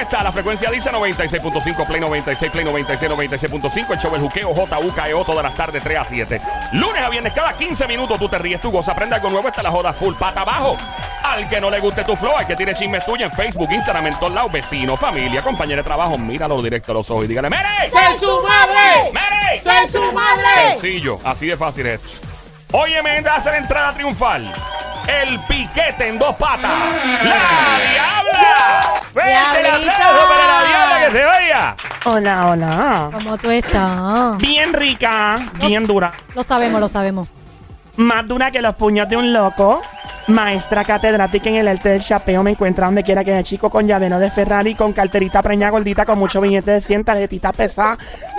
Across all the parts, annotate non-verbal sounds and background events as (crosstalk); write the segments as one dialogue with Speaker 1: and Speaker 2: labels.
Speaker 1: está la frecuencia dice 96.5, Play 96, Play 96, 96.5. El show El Juqueo, JUKEO, E todas las tardes 3 a 7. Lunes a viernes, cada 15 minutos tú te ríes, tú gozas, aprende algo nuevo, está la joda full, pata abajo. Al que no le guste tu flow, al que tiene chismes tuyos en Facebook, Instagram, en todos lados, vecino, familia, compañero de trabajo, míralo directo a los ojos y dígale, ¡Mere!
Speaker 2: ¡Soy su madre!
Speaker 1: ¡Mere!
Speaker 2: ¡Soy su madre!
Speaker 1: Sencillo, así de fácil es. Oye, me hace la entrada triunfal. El piquete en dos patas. ¡La diabla! ¡Vente el
Speaker 3: Diablita.
Speaker 1: aplauso para la diabla que se vaya!
Speaker 4: Hola, hola.
Speaker 3: Como tú estás.
Speaker 4: Bien rica, bien dura.
Speaker 3: Lo sabemos, lo sabemos.
Speaker 4: Más dura que los puños de un loco. Maestra catedrática en el arte del chapeo. Me encuentra donde quiera que haya chico con llavero de Ferrari, con carterita preña gordita, con mucho billete de 100, tarjetita pesada,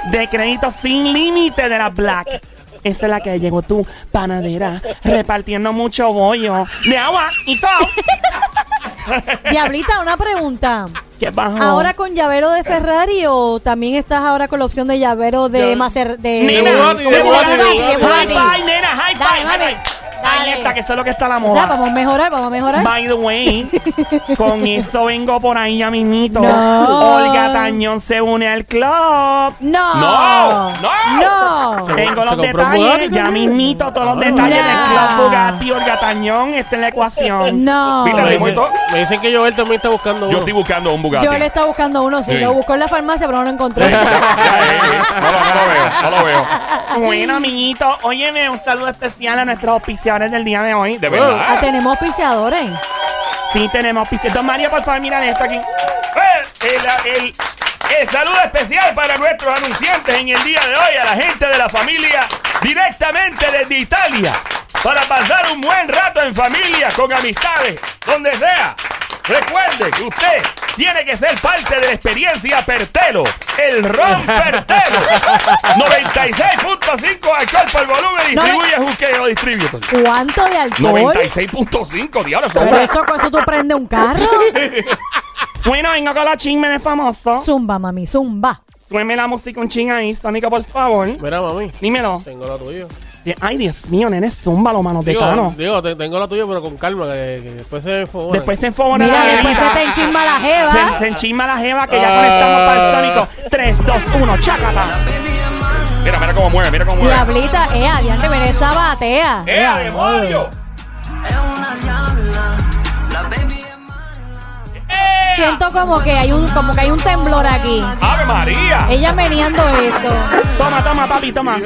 Speaker 4: de crédito sin límite de la Black. Esa es la que llegó tú, panadera, repartiendo mucho bollo de agua y sol.
Speaker 3: Diablita, una pregunta.
Speaker 4: ¿Qué bajo?
Speaker 3: ¿Ahora con llavero de Ferrari o también estás ahora con la opción de llavero de Maser de
Speaker 4: Nena,
Speaker 3: de
Speaker 2: Bugatti,
Speaker 3: ¿cómo se
Speaker 2: de
Speaker 3: llama?
Speaker 2: Bugatti, de
Speaker 3: De
Speaker 4: High
Speaker 2: Bugatti.
Speaker 3: Bugatti.
Speaker 4: five, nena, high
Speaker 3: Dale,
Speaker 4: five.
Speaker 3: mami,
Speaker 4: Ahí
Speaker 3: dale.
Speaker 4: está, que eso es lo que está la moda.
Speaker 3: O sea, vamos a mejorar, vamos a mejorar.
Speaker 4: By the way,
Speaker 3: (laughs)
Speaker 4: con eso vengo por ahí ya mismito.
Speaker 3: No.
Speaker 4: Olga Tañón se une al club.
Speaker 3: No.
Speaker 1: No, no.
Speaker 3: No.
Speaker 4: Tengo
Speaker 2: se
Speaker 4: los
Speaker 2: compró un
Speaker 4: detalles,
Speaker 2: Bugatti Ah.
Speaker 4: ya
Speaker 2: también.
Speaker 4: mismito, todos los detalles del
Speaker 3: Ya.
Speaker 4: club Bugatti. Olga Tañón está en
Speaker 3: (laughs)
Speaker 4: la ecuación.
Speaker 3: No.
Speaker 1: Mira,
Speaker 2: Me
Speaker 1: Tenemos
Speaker 2: dicen,
Speaker 1: y todo.
Speaker 2: me dicen que Joel también está buscando
Speaker 1: Yo
Speaker 2: uno.
Speaker 1: estoy buscando un Bugatti.
Speaker 3: Yo le estaba buscando uno, sí,
Speaker 1: Sí.
Speaker 3: lo buscó en la farmacia, pero no lo encontré.
Speaker 1: (laughs) Ya, ya, ya, ya. No, lo- no lo veo, no lo veo.
Speaker 4: Bueno, amiguito, óyeme, un saludo especial a nuestros auspiciadores del día de hoy.
Speaker 1: De
Speaker 3: Ah,
Speaker 1: verdad.
Speaker 3: tenemos auspiciadores.
Speaker 4: Sí, tenemos auspiciadores. Don Mario, por favor, mira esto aquí.
Speaker 1: El, Eh, el- el- el saludo especial para nuestros anunciantes en el día de hoy, a la gente de la familia, directamente desde Italia, para pasar un buen rato en familia, con amistades, donde sea. Recuerde que usted tiene que ser parte de la experiencia Pertelo, el ron Pertelo. 96.5 alcohol por volumen, distribuye Juqueo Distributor.
Speaker 3: ¿Cuánto de alcohol?
Speaker 1: 96.5 diablo, son
Speaker 3: Pero
Speaker 1: buenas.
Speaker 3: eso, con eso tú prendes un
Speaker 1: (laughs)
Speaker 3: carro.
Speaker 4: Bueno, vengo con los chismes de famosos.
Speaker 3: Zumba, mami, zumba.
Speaker 4: Sueme la música un ching ahí, Sónico, por favor.
Speaker 2: Mira, mami.
Speaker 4: Dímelo.
Speaker 2: Tengo la tuya.
Speaker 4: Ay, Dios mío, nene, zúmbalo, mano de
Speaker 2: Digo,
Speaker 4: cano.
Speaker 2: digo, te- tengo la tuya, pero con calma, que, que después se enfogona.
Speaker 4: Después se enfobona
Speaker 3: Mira,
Speaker 4: la
Speaker 3: después se
Speaker 4: jevita.
Speaker 3: te enchisma la jeva.
Speaker 4: Se, se enchisma la jeva que ya
Speaker 2: Ah.
Speaker 4: conectamos para el tónico. 3, 2, 1, chácala.
Speaker 1: Mira, mira cómo mueve, mira cómo mueve.
Speaker 3: Diablita, eh, adiante, ven esa batea.
Speaker 1: ¡Ea,
Speaker 3: Ea,
Speaker 1: ¡Eh, demonio! ¡Ea!
Speaker 3: Siento como que hay un, como que hay un temblor aquí.
Speaker 1: ¡Eh! ¡Ave María!
Speaker 3: Ella meneando eso.
Speaker 4: Toma, toma, papi, toma.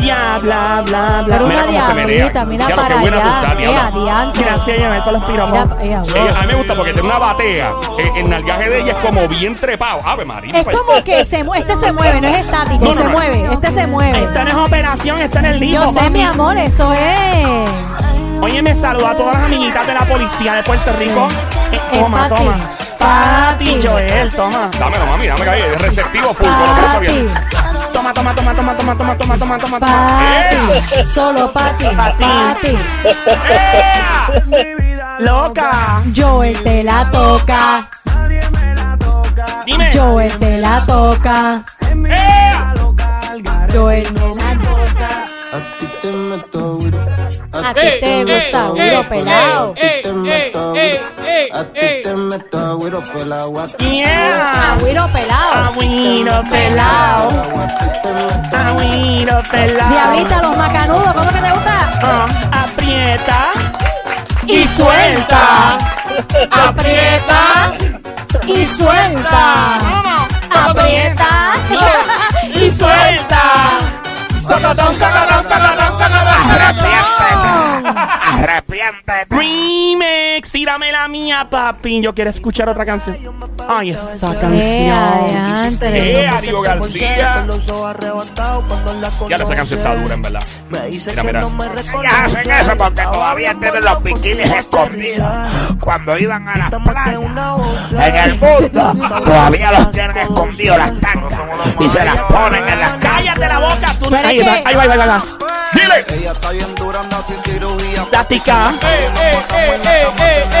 Speaker 4: Ya, bla, bla, bla.
Speaker 3: Pero
Speaker 1: Mira
Speaker 3: una
Speaker 1: cómo se
Speaker 3: diablita, mira
Speaker 1: menea. Ya lo que
Speaker 3: para
Speaker 1: buena
Speaker 3: allá.
Speaker 1: puntada,
Speaker 3: Ea,
Speaker 1: diabla.
Speaker 3: adiante.
Speaker 4: Gracias, llevé con los
Speaker 3: Mira, eh,
Speaker 4: piropos.
Speaker 3: ea,
Speaker 1: Ella- a mí me gusta porque tiene una batea. Eh, El, nalgaje de ella es como bien trepado. ¡Ave María! pues,
Speaker 3: Es como que se, mu- este se mueve, no es estático,
Speaker 1: No, no,
Speaker 3: se
Speaker 1: no.
Speaker 3: mueve, este se mueve.
Speaker 4: Esta no es operación, esta no es el
Speaker 3: Yo
Speaker 4: limbo.
Speaker 3: sé, mi amor, eso es.
Speaker 4: Oye, me saluda a todas las amiguitas de la policía de Puerto Rico. Eh,
Speaker 3: Es
Speaker 4: toma,
Speaker 3: pa' ti.
Speaker 4: toma.
Speaker 3: Pa' ti.
Speaker 4: Pati, Joel, toma.
Speaker 1: Dámelo, mami, dame que ahí es receptivo full. con lo que no
Speaker 3: Para
Speaker 1: sabía.
Speaker 3: ti, (laughs)
Speaker 4: Toma, toma, toma, toma, toma, toma, toma, toma, toma.
Speaker 3: para
Speaker 1: Eh.
Speaker 3: ti, solo para ti,
Speaker 4: Pa' ti.
Speaker 3: para ti.
Speaker 1: ¡Ea!
Speaker 4: Loca.
Speaker 3: Joel te la toca,
Speaker 4: Dime.
Speaker 3: Joel te la toca,
Speaker 1: ¡Ea!
Speaker 3: Joel te la toca. A ti te gusta duro pelado.
Speaker 2: ¡Ey, ey, ey, ey, ey!
Speaker 4: Yeah.
Speaker 3: Agüiro Ah, pelado.
Speaker 4: Agüiro pelao. Agüiro pelao.
Speaker 3: Diablita, los macanudos, ¿cómo que te gusta?
Speaker 4: Ah, aprieta.
Speaker 3: Y suelta. Aprieta. Y suelta.
Speaker 4: Vamos.
Speaker 3: Aprieta.
Speaker 4: Y suelta. Remix. Tírame la mía, papi. Yo quiero escuchar otra canción. Ay, esa
Speaker 3: Eh,
Speaker 4: canción.
Speaker 3: adiante.
Speaker 1: ¡Ea, Diego García! Ya no esa canción está dura, en verdad. Mira, mira.
Speaker 5: Ya hacen eso porque todavía tienen los bikinis escondidos. Cuando iban a las playas en el mundo, todavía los tienen escondidos las tangas y se las ponen en las calles.
Speaker 4: Cállate la boca, tú.
Speaker 3: Pero
Speaker 4: Ahí
Speaker 3: es
Speaker 4: va,
Speaker 3: que-
Speaker 4: ahí va, ahí va, ahí va.
Speaker 1: ¡Dile!
Speaker 3: eh.
Speaker 4: Táctica.
Speaker 2: ¡Ey, ey, ey, ey, ey, ey,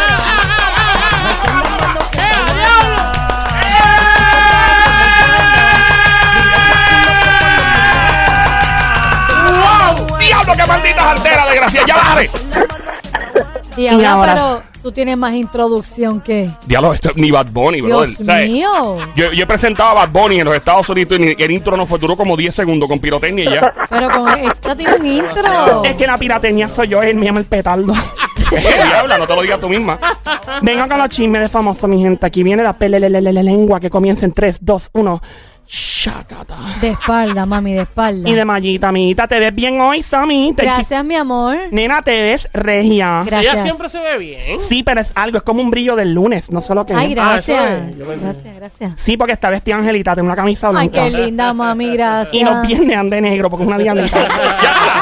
Speaker 2: ¡Eh, diablo!
Speaker 1: ¡Wow! ¡Diablo, qué maldita jartera, desgracia! ¡Ya bájale!
Speaker 3: Diabla,
Speaker 4: Y ahora-
Speaker 3: pero tú tienes más introducción que.
Speaker 1: Diablo, esto ni Bad Bunny, brother.
Speaker 3: Dios
Speaker 1: ¿Sabes?
Speaker 3: mío.
Speaker 1: Yo, yo presentaba a Bad Bunny en los Estados Unidos y ni- el intro no fue, duró como 10 segundos con pirotecnia y
Speaker 4: (laughs)
Speaker 1: ya.
Speaker 3: Pero con esta tiene un intro.
Speaker 4: Es que la pirateña soy yo, él me llama el petardo.
Speaker 1: Eh, Diabla, no te lo digas tú misma.
Speaker 4: Venga con los chismes de famoso, mi gente. Aquí viene la pele lengua que comienza en 3, 2, 1. Shakata.
Speaker 3: De espalda, mami, de espalda.
Speaker 4: Y de mallita, amiguita. Te ves bien hoy, Sammy. Te-
Speaker 3: Gracias, mi amor.
Speaker 4: Nena, te ves regia.
Speaker 3: Gracias.
Speaker 2: Ella siempre se ve bien.
Speaker 4: Sí, pero es algo, es como un brillo del lunes, no sé lo que
Speaker 3: Ay,
Speaker 4: es.
Speaker 2: Ah,
Speaker 3: gracias.
Speaker 2: eso es, yo pensé.
Speaker 3: gracias, gracias.
Speaker 4: Sí, porque está vestida angelita, tiene una camisa
Speaker 3: Ay,
Speaker 4: blanca.
Speaker 3: qué linda, mami, gracias.
Speaker 4: Ah, y los viernes anda de negro porque es una diablita.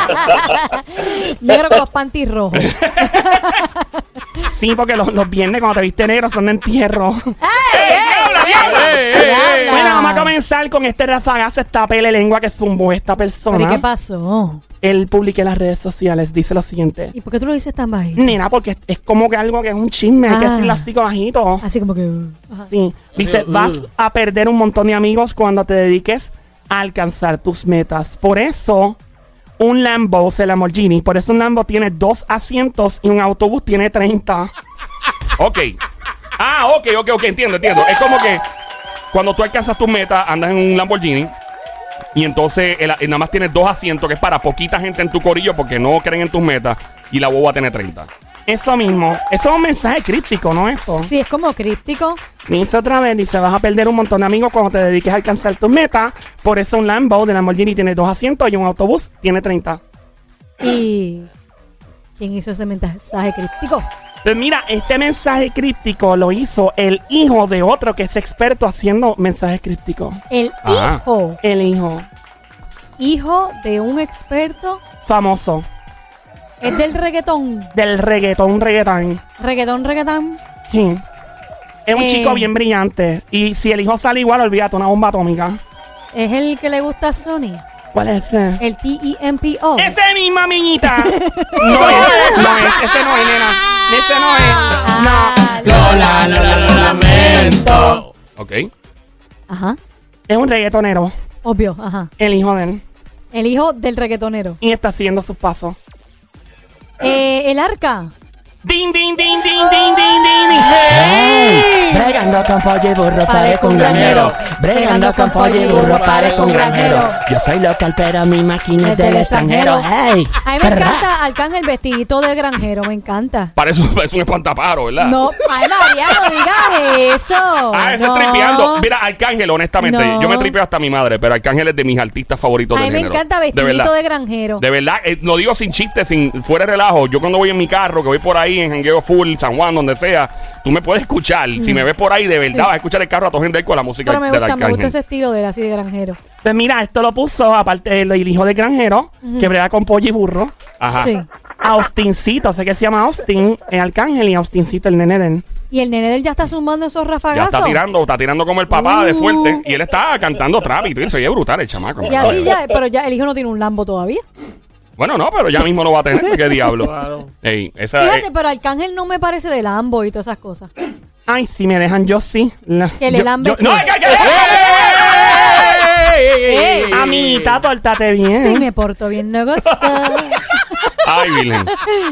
Speaker 3: (laughs) Negro con los panties rojos.
Speaker 4: sí, porque los, los viernes cuando te viste negro son de entierro.
Speaker 2: ¡Eh, eh, eh!
Speaker 4: bueno, vamos a comenzar con este rafagazo, esta pele lengua que zumbó esta
Speaker 3: Pero, ¿y qué
Speaker 4: persona.
Speaker 3: pasó?
Speaker 4: Él publica en las redes sociales, dice lo siguiente.
Speaker 3: ¿Y por qué tú lo dices tan bajito?
Speaker 4: Nena, porque es, es como que algo que es un chisme, hay que
Speaker 3: Ah.
Speaker 4: decirlo así con bajito.
Speaker 3: Así como que. uh, ajá.
Speaker 4: Sí. Dice, vas a perder un montón de amigos cuando te dediques a alcanzar tus metas. Por eso, un Lambo es el Lamborghini. Por eso un Lambo tiene dos asientos y un autobús tiene 30.
Speaker 1: Ok. Ah, ok, ok, ok, entiendo, entiendo. Es como que cuando tú alcanzas tus metas, andas en un Lamborghini y entonces el- el nada más tienes dos asientos que es para poquita gente en tu corillo porque no creen en tus metas y la boba tiene 30.
Speaker 4: Eso mismo. Eso es un mensaje crítico, ¿no? Eso.
Speaker 3: Sí, es como críptico.
Speaker 4: Dice otra vez, dice, vas a perder un montón de amigos cuando te dediques a alcanzar tus metas. Por eso un Lambo de Lamborghini tiene dos asientos y un autobús tiene 30.
Speaker 3: ¿Y quién hizo ese mensaje críptico?
Speaker 4: Pues mira, este mensaje crítico lo hizo el hijo de otro que es experto haciendo mensajes críticos.
Speaker 3: El
Speaker 1: Ah.
Speaker 3: hijo.
Speaker 4: El hijo.
Speaker 3: Hijo de un experto.
Speaker 4: famoso
Speaker 3: Es del reggaetón.
Speaker 4: del reggaetón, reggaetón.
Speaker 3: Reggaetón, reggaetón.
Speaker 4: Sí. Es un
Speaker 3: Eh.
Speaker 4: chico bien brillante. Y si el hijo sale igual, olvídate, una bomba atómica.
Speaker 3: Es el que le gusta a Sony.
Speaker 4: ¿Cuál es ese?
Speaker 3: El E T-E-M-P-O.
Speaker 4: ¡Ese mismo, miñita! no es, no es, ese no es, nena. Ese no es.
Speaker 3: Ah,
Speaker 4: No.
Speaker 2: Lola, Lola, lo lamento.
Speaker 1: Ok.
Speaker 3: Ajá.
Speaker 4: Es un reggaetonero,
Speaker 3: Obvio, ajá.
Speaker 4: el hijo de él.
Speaker 3: El hijo del reggaetonero.
Speaker 4: Y está siguiendo sus pasos.
Speaker 1: Ah.
Speaker 3: Eh, el arca.
Speaker 4: ¡Din, din, din, din, din, din, din! din. ¡Hey! Bregando con pollo y burro,
Speaker 3: Parezco un granjero.
Speaker 4: Bregando con pollo y burro, parezco un granjero. Yo soy local, pero mi máquina es del extranjero. ¡Hey!
Speaker 3: A mí me encanta Arcángel vestidito de granjero, me encanta.
Speaker 1: Parece, parece un (laughs) espantaparo, ¿verdad?
Speaker 3: No, ay María, no digas eso.
Speaker 1: Ah, ese
Speaker 3: no.
Speaker 1: es tripeando. Mira, Arcángel, honestamente,
Speaker 3: No.
Speaker 1: yo me tripeo hasta mi madre, pero Arcángel es de mis artistas favoritos
Speaker 3: A mí
Speaker 1: del
Speaker 3: me
Speaker 1: género.
Speaker 3: encanta
Speaker 1: de
Speaker 3: vestidito
Speaker 1: verdad.
Speaker 3: de granjero.
Speaker 1: De verdad, eh, lo digo sin chiste, sin fuera de relajo. Yo cuando voy en mi carro, que voy por ahí en Jangueo Full, San Juan, donde sea, tú me puedes escuchar. Si me ves por ahí, de verdad, vas a escuchar el carro a tu gente ahí con la música
Speaker 3: Mm. Pero me
Speaker 1: del
Speaker 3: gusta, me gusta
Speaker 1: Arcángel.
Speaker 3: ese estilo de él, así de granjero.
Speaker 4: Pues mira, esto lo puso, aparte el hijo del granjero, que brega con pollo y burro.
Speaker 1: Ajá.
Speaker 3: Sí.
Speaker 4: Austincito, sé que se llama Austin, el arcángel, y Austincito, el nene de él.
Speaker 3: Y el nene de él ya está sumando esos
Speaker 1: Ya
Speaker 3: rafagazos.
Speaker 1: está tirando, está tirando como el papá de
Speaker 3: Uh.
Speaker 1: fuerte. Y él está cantando trap y todo, se oye brutal el chamaco.
Speaker 3: Y así ya, pero ya el hijo no tiene un Lambo todavía.
Speaker 1: Bueno, no, pero ya mismo lo va a tener. ¿Qué diablo?
Speaker 2: Claro.
Speaker 1: Ey, esa, eh,
Speaker 3: Fíjate, pero Arcángel no me parece de Lambo y todas esas cosas.
Speaker 4: Ay, si me dejan, yo sí. La-
Speaker 3: Que le
Speaker 4: yo-
Speaker 3: lambe.
Speaker 1: no, eh. ay, ay, ay, ay, ay,
Speaker 2: ¡Ey, ey, ey, ey!
Speaker 4: Amiguita, pórtate bien.
Speaker 3: Sí, este me porto bien, no
Speaker 1: (laughs)
Speaker 3: gozo.
Speaker 1: ay, Virgen.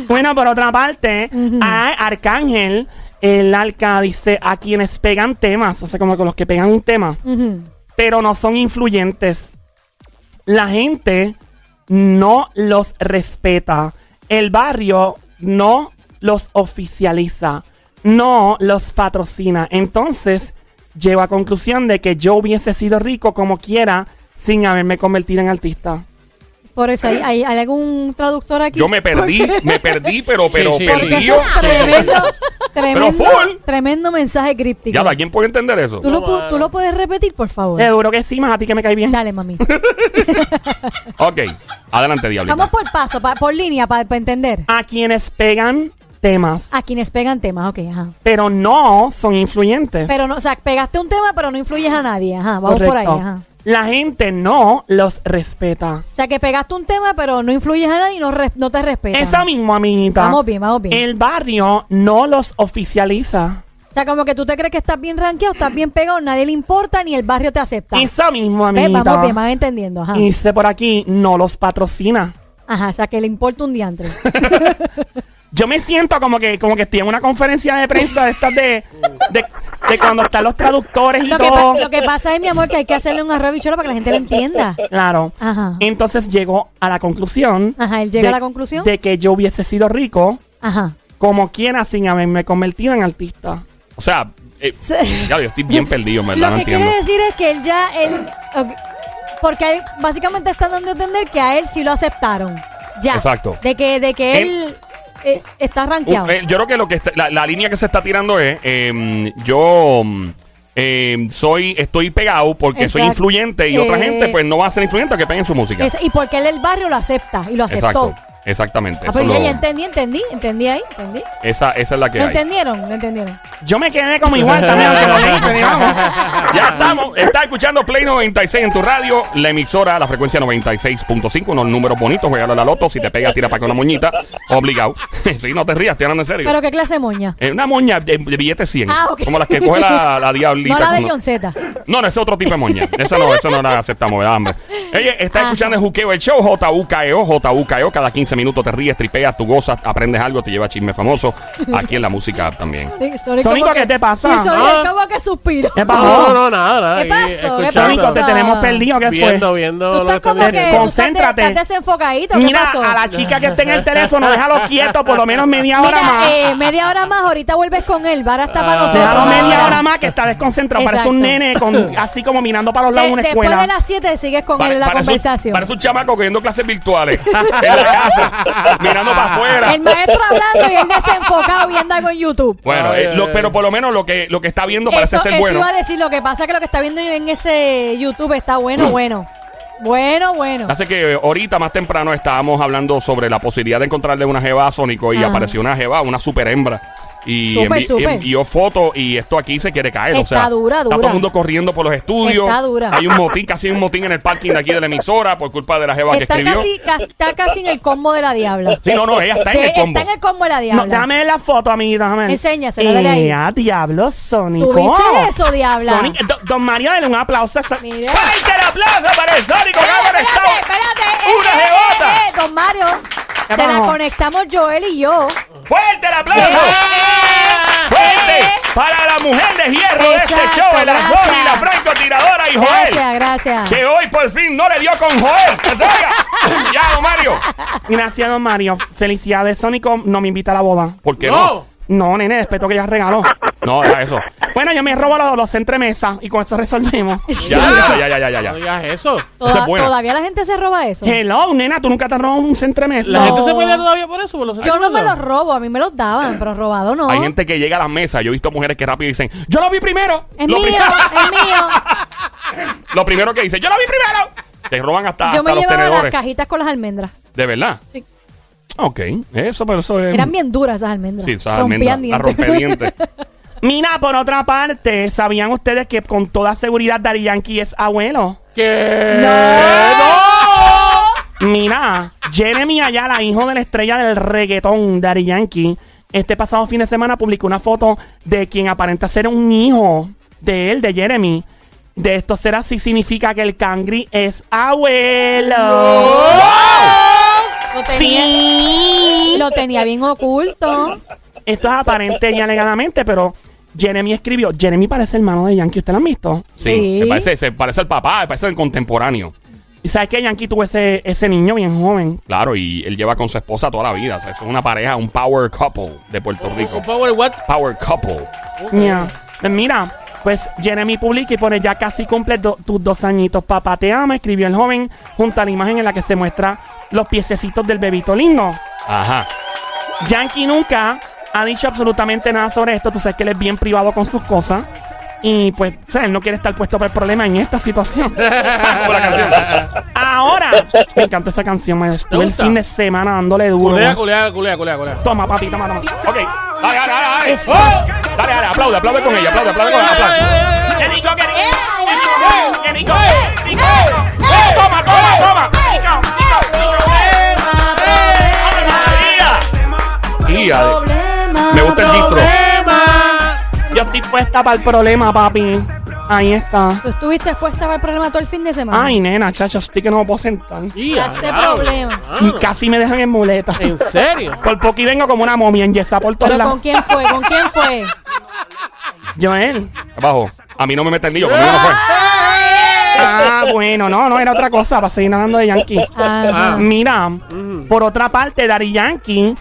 Speaker 4: Bueno, por otra parte, a Arcángel, el arca dice a quienes pegan temas, o sea, como con los que pegan un tema,
Speaker 3: Ujú.
Speaker 4: pero no son influyentes. La gente no los respeta. El barrio no los oficializa, no los patrocina. Entonces, llevo a conclusión de que yo hubiese sido rico como quiera sin haberme convertido en artista.
Speaker 3: Por eso, ¿hay, hay, hay algún traductor aquí?
Speaker 1: Yo me perdí,
Speaker 3: (laughs) Porque-
Speaker 1: me perdí, pero, pero
Speaker 2: Sí, sí, sí.
Speaker 3: Porque
Speaker 1: perdido.
Speaker 3: eso es tremendo, tremendo,
Speaker 1: full.
Speaker 3: tremendo mensaje críptico.
Speaker 1: Ya, ¿quién puede entender eso?
Speaker 3: ¿Tú, lo, pu- ¿Tú lo puedes repetir, por favor?
Speaker 4: Seguro que sí, más a ti que me cae bien.
Speaker 3: Dale,
Speaker 1: (laughs)
Speaker 3: mami.
Speaker 1: Ok, adelante, diablita. Ah.
Speaker 3: Vamos por paso, pa- por línea, para entender.
Speaker 4: a quienes pegan temas,
Speaker 3: A quienes pegan temas, ok, ajá.
Speaker 4: pero no son influyentes.
Speaker 3: Pero no, o sea, pegaste un tema, pero no influyes a nadie, ajá. Vamos por ahí,
Speaker 4: Correcto.
Speaker 3: ajá.
Speaker 4: La gente no los respeta.
Speaker 3: O sea, que pegaste un tema, pero no influyes a nadie y no, res- no te respetan.
Speaker 4: Esa mismo, amiguita.
Speaker 3: Vamos bien, vamos bien.
Speaker 4: El barrio no los oficializa.
Speaker 3: O sea, como que tú te crees que estás bien rankeado, estás bien pegado, nadie le importa, ni el barrio te acepta.
Speaker 4: Esa mismo,
Speaker 3: ¿Ves?
Speaker 4: amiguita.
Speaker 3: Vamos bien, van entendiendo, ajá.
Speaker 4: Dice por aquí, no los patrocina.
Speaker 3: Ajá, o sea, que le importa un diantre.
Speaker 4: Yo me siento como que, como que estoy en una conferencia de prensa de estas de, de, de cuando están los traductores y
Speaker 3: Lo que,
Speaker 4: todo.
Speaker 3: pa- lo que pasa es, mi amor, que hay que hacerle un arroz y bichuela para que la gente lo entienda.
Speaker 4: Claro.
Speaker 3: Ajá.
Speaker 4: Entonces llegó a la conclusión.
Speaker 3: Ajá, él llega
Speaker 4: de-
Speaker 3: a la conclusión.
Speaker 4: De que yo hubiese sido rico
Speaker 3: Ajá.
Speaker 4: como quiera sin haberme convertido en artista.
Speaker 1: O sea, eh,
Speaker 3: Sí.
Speaker 1: ya, yo estoy bien perdido, en ¿verdad?
Speaker 3: Lo
Speaker 1: No
Speaker 3: que
Speaker 1: entiendo.
Speaker 3: quiere decir es que él ya, él, ok, porque a él básicamente está dando a entender que a él sí lo aceptaron. Ya.
Speaker 1: Exacto.
Speaker 3: De que, de que él,
Speaker 1: Él-
Speaker 3: eh, está rankeado.
Speaker 1: Uh, eh, yo creo que lo que está- la, la línea que se está tirando es em, yo mm, em, soy estoy pegado porque soy
Speaker 3: Exacto.
Speaker 1: influyente y otra
Speaker 3: Eh,
Speaker 1: gente pues no va a ser influyente a que peguen su música.
Speaker 3: Es- y porque él el barrio lo acepta y lo aceptó.
Speaker 1: Exacto, exactamente.
Speaker 3: Ah,
Speaker 1: Eso
Speaker 3: pero
Speaker 1: es
Speaker 3: ya,
Speaker 1: lo-
Speaker 3: ya entendí, entendí, entendí ahí, entendí.
Speaker 1: esa, esa es la que
Speaker 3: ¿No
Speaker 1: hay.
Speaker 3: entendieron? ¿No entendieron?
Speaker 4: Yo me quedé como
Speaker 3: (laughs)
Speaker 4: igual también, aunque no me diste, digamos.
Speaker 1: Ya estamos. Está escuchando Play 96 en tu radio. La emisora, la frecuencia 96.5. Unos números bonitos. Juega a la loto. Si te pegas, tira para que una moñita. Obligado. (laughs) si no te rías, estoy hablando en serio.
Speaker 3: Pero qué clase de moña.
Speaker 1: Eh, una moña de, de billete 100.
Speaker 3: Ah, ok.
Speaker 1: Como las que coge
Speaker 3: (laughs)
Speaker 1: la, la diablita.
Speaker 3: No la de
Speaker 1: cuando-
Speaker 3: John Z.
Speaker 1: No, no, ese es otro tipo de moña. Esa no, esa no la aceptamos, ¿verdad, hombre? Ella está
Speaker 3: Ajá.
Speaker 1: escuchando el juqueo, el show JUKEO, JUKEO. E Cada 15 minutos te ríes, tripeas, tú gozas, aprendes algo, te lleva chisme famoso. Aquí en la música app también.
Speaker 4: Sónico, ¿qué te pasa?
Speaker 3: Sí,
Speaker 2: Ah.
Speaker 3: Sónico, como que suspiro.
Speaker 4: ¿Qué pasó?
Speaker 2: No, no, nada, nada.
Speaker 3: ¿Qué
Speaker 2: aquí
Speaker 3: pasó? ¿Qué
Speaker 4: Sónico, te
Speaker 3: pasa?
Speaker 4: tenemos perdido. ¿Qué
Speaker 2: Viendo,
Speaker 4: fue?
Speaker 2: viendo
Speaker 3: Tú
Speaker 2: lo que
Speaker 3: estás
Speaker 2: están
Speaker 3: como que tú
Speaker 2: diciendo.
Speaker 3: estás de-
Speaker 4: Concéntrate.
Speaker 3: Estás desenfocadito. ¿Qué
Speaker 4: Mira,
Speaker 3: pasó?
Speaker 4: a la chica que está en el teléfono, déjalo quieto por lo menos media hora
Speaker 3: Mira,
Speaker 4: más.
Speaker 3: eh, media hora más, ahorita vuelves con él. Vara está para nosotros.
Speaker 4: Déjalo media hora más que está desconcentrado. Parece un
Speaker 3: Exacto.
Speaker 4: nene
Speaker 3: (laughs)
Speaker 4: con, así como mirando para los
Speaker 3: De-
Speaker 4: lados de una
Speaker 3: después
Speaker 4: escuela.
Speaker 3: de las 7 sigues con él en la
Speaker 1: Pare- parece un-
Speaker 3: conversación.
Speaker 1: Parece un chamaco cogiendo clases virtuales (laughs) en la casa, mirando para afuera.
Speaker 3: el maestro hablando y él desenfocado viendo algo en YouTube.
Speaker 1: Bueno,
Speaker 2: Ay,
Speaker 1: eh,
Speaker 2: ay,
Speaker 1: lo-
Speaker 2: ay.
Speaker 1: pero por lo menos lo que, lo que está viendo parece
Speaker 3: eso,
Speaker 1: ser
Speaker 3: eso
Speaker 1: bueno.
Speaker 3: iba a decir. Lo que pasa es que lo que está viendo en ese YouTube está bueno, bueno. Bueno, bueno.
Speaker 1: Hace que eh, ahorita más temprano estábamos hablando sobre la posibilidad de encontrarle una jeva a Sónico y
Speaker 3: Ajá.
Speaker 1: apareció una jeva, una super hembra. Y
Speaker 3: Súper,
Speaker 1: envi-
Speaker 3: súper.
Speaker 1: envió foto y esto aquí se quiere caer. o
Speaker 3: Está
Speaker 1: sea,
Speaker 3: dura,
Speaker 1: Está
Speaker 3: dura.
Speaker 1: todo el mundo corriendo por los estudios.
Speaker 3: Está dura.
Speaker 1: Hay un motín, casi un motín en el parking de aquí de la emisora por culpa de la jeva
Speaker 3: Está
Speaker 1: que escribió.
Speaker 3: casi, ca- está casi en el combo de la diabla.
Speaker 1: Sí, no, no, ella está en
Speaker 3: Que
Speaker 1: el combo.
Speaker 3: Está en el combo de la
Speaker 4: No,
Speaker 3: diabla.
Speaker 4: dame la foto, amiguita. Déjame.
Speaker 3: Enséñasela, dale ahí.
Speaker 4: Eh, ah, diablo, Sónico.
Speaker 3: ¿Tuviste eso, diabla?
Speaker 4: Sónico, do- don Mario, dale un aplauso. a Só-
Speaker 3: Mira.
Speaker 1: ¡Fuerte el aplauso para el Sónico! que ha conectado!
Speaker 3: espérate.
Speaker 1: ¡Una
Speaker 3: eh, eh,
Speaker 1: jebota!
Speaker 3: eh, eh, don Mario,
Speaker 4: ¿Qué
Speaker 3: se la
Speaker 4: pasó?
Speaker 3: conectamos Joel y yo.
Speaker 1: ¡Fuerte el aplauso!
Speaker 3: Eh,
Speaker 1: ¡Fuerte! Para la mujer de hierro de este
Speaker 3: Exacto,
Speaker 1: show, la
Speaker 3: gracias.
Speaker 1: Robin, la francotiradora y Joel.
Speaker 3: Gracias, gracias.
Speaker 1: Que hoy por fin no le dio con Joel. ¡Que
Speaker 3: (laughs)
Speaker 1: traiga! ¡Ya, don Mario!
Speaker 4: Gracias, don Mario. Felicidades, Sónico. No me invita a la boda.
Speaker 1: ¿Por qué no?
Speaker 2: No.
Speaker 4: No, nene, respeto que ya regaló.
Speaker 1: No, era eso.
Speaker 4: Bueno, yo me robo los, los entremesas y con eso resolvemos.
Speaker 3: (laughs)
Speaker 1: Ya, ya, ya, ya, ya, ya. ya.
Speaker 2: No digas eso.
Speaker 3: Toda-
Speaker 1: esa es buena.
Speaker 3: Todavía la gente se roba eso.
Speaker 4: Hello, nena, tú nunca te has robado un entremesa.
Speaker 2: La
Speaker 3: No.
Speaker 2: gente se pelea todavía por eso. por los
Speaker 3: Yo no me los
Speaker 2: sentimientos.
Speaker 3: robo, a mí me los daban, pero robado no.
Speaker 1: Hay gente que llega a las mesas. Yo he visto mujeres que rápido dicen, yo lo vi primero.
Speaker 3: Es
Speaker 1: lo,
Speaker 3: mío,
Speaker 1: pri-
Speaker 3: es mío.
Speaker 1: (laughs) lo primero que dicen, yo lo vi primero. Te roban (laughs) hasta,
Speaker 3: Yo me
Speaker 1: hasta los
Speaker 3: llevaba las
Speaker 1: tenedores.
Speaker 3: cajitas con las almendras.
Speaker 1: De verdad.
Speaker 3: Sí.
Speaker 1: Ok, eso, pero eso es...
Speaker 3: Eran bien duras esas almendras.
Speaker 1: Sí, esas
Speaker 3: Rompían
Speaker 1: almendras, las
Speaker 3: dientes. (laughs)
Speaker 1: rompedientes.
Speaker 4: Mira, por otra parte, ¿sabían ustedes que con toda seguridad Daddy Yankee es abuelo?
Speaker 2: ¿Qué?
Speaker 4: Mira, Jeremy Ayala, hijo de la estrella del reggaetón Daddy Yankee, este pasado fin de semana publicó una foto de quien aparenta ser un hijo de él, de Jeremy. De esto será si significa que el cangri es abuelo.
Speaker 3: Lo tenía,
Speaker 4: Sí.
Speaker 3: lo tenía bien oculto.
Speaker 4: Esto es aparente y alegadamente, pero Jeremy escribió, Jeremy parece hermano de Yankee, ¿ustedes lo han visto?
Speaker 1: Sí,
Speaker 3: Sí.
Speaker 1: Me parece, se parece al papá, me parece el contemporáneo.
Speaker 4: Y sabes que Yankee tuvo ese, ese niño bien joven.
Speaker 1: Claro, y él lleva con su esposa toda la vida. O sea, son una pareja, un power couple de Puerto Rico.
Speaker 2: Con Power What?
Speaker 1: Power couple.
Speaker 4: Ya. Pues Mira, pues Jeremy publica y pone ya casi cumple do- tus dos añitos. Papá te ama, escribió el joven, junto a la imagen en la que se muestra los piececitos del bebito lindo.
Speaker 1: Ajá.
Speaker 4: Yankee nunca ha dicho absolutamente nada sobre esto. Tú sabes que él es bien privado con sus cosas. Y pues, ¿sabes? No quiere estar puesto para el problema en esta situación.
Speaker 6: Como la canción.
Speaker 4: Ahora, me encanta esa canción, me estuve el
Speaker 2: gusta?
Speaker 4: fin de semana dándole duro.
Speaker 2: Culea,
Speaker 4: man.
Speaker 2: culea, culea, culea, culea.
Speaker 4: Toma, papi, toma, toma.
Speaker 6: Ok, dale, dale, dale, dale.
Speaker 3: Eso.
Speaker 2: ¡Oh!
Speaker 6: Dale, dale, aplaude, aplaude con ella, aplaude, aplaude con ella, aplaude. ¡Qué rico, qué rico! ¡Qué rico! ¡Qué rico! ¡Toma, toma, toma! ¡María!
Speaker 1: Tía, de-
Speaker 3: Problema,
Speaker 1: me gusta el distro.
Speaker 4: Yo estoy puesta para el problema, papi. Ahí está.
Speaker 3: Tú estuviste expuesta para el problema todo el fin de semana.
Speaker 4: Ay, nena, chacho, estoy que no me puedo sentar.
Speaker 2: Tía,
Speaker 3: Hace
Speaker 2: diablo,
Speaker 3: problema.
Speaker 4: Y
Speaker 2: mano.
Speaker 4: casi me dejan en muleta.
Speaker 2: Ah. ¿En serio?
Speaker 4: Por poco y vengo como una momia en por todos
Speaker 3: ¿Pero con
Speaker 4: lados.
Speaker 3: quién fue? ¿Con quién fue?
Speaker 4: Joel.
Speaker 1: Abajo. A mí no me meten lío, conmigo no fue.
Speaker 4: Ah, bueno, no, no, era otra cosa, para seguir hablando de Yankee.
Speaker 3: Ah,
Speaker 4: Mira,
Speaker 6: Mm.
Speaker 4: por otra parte, Dari Yankee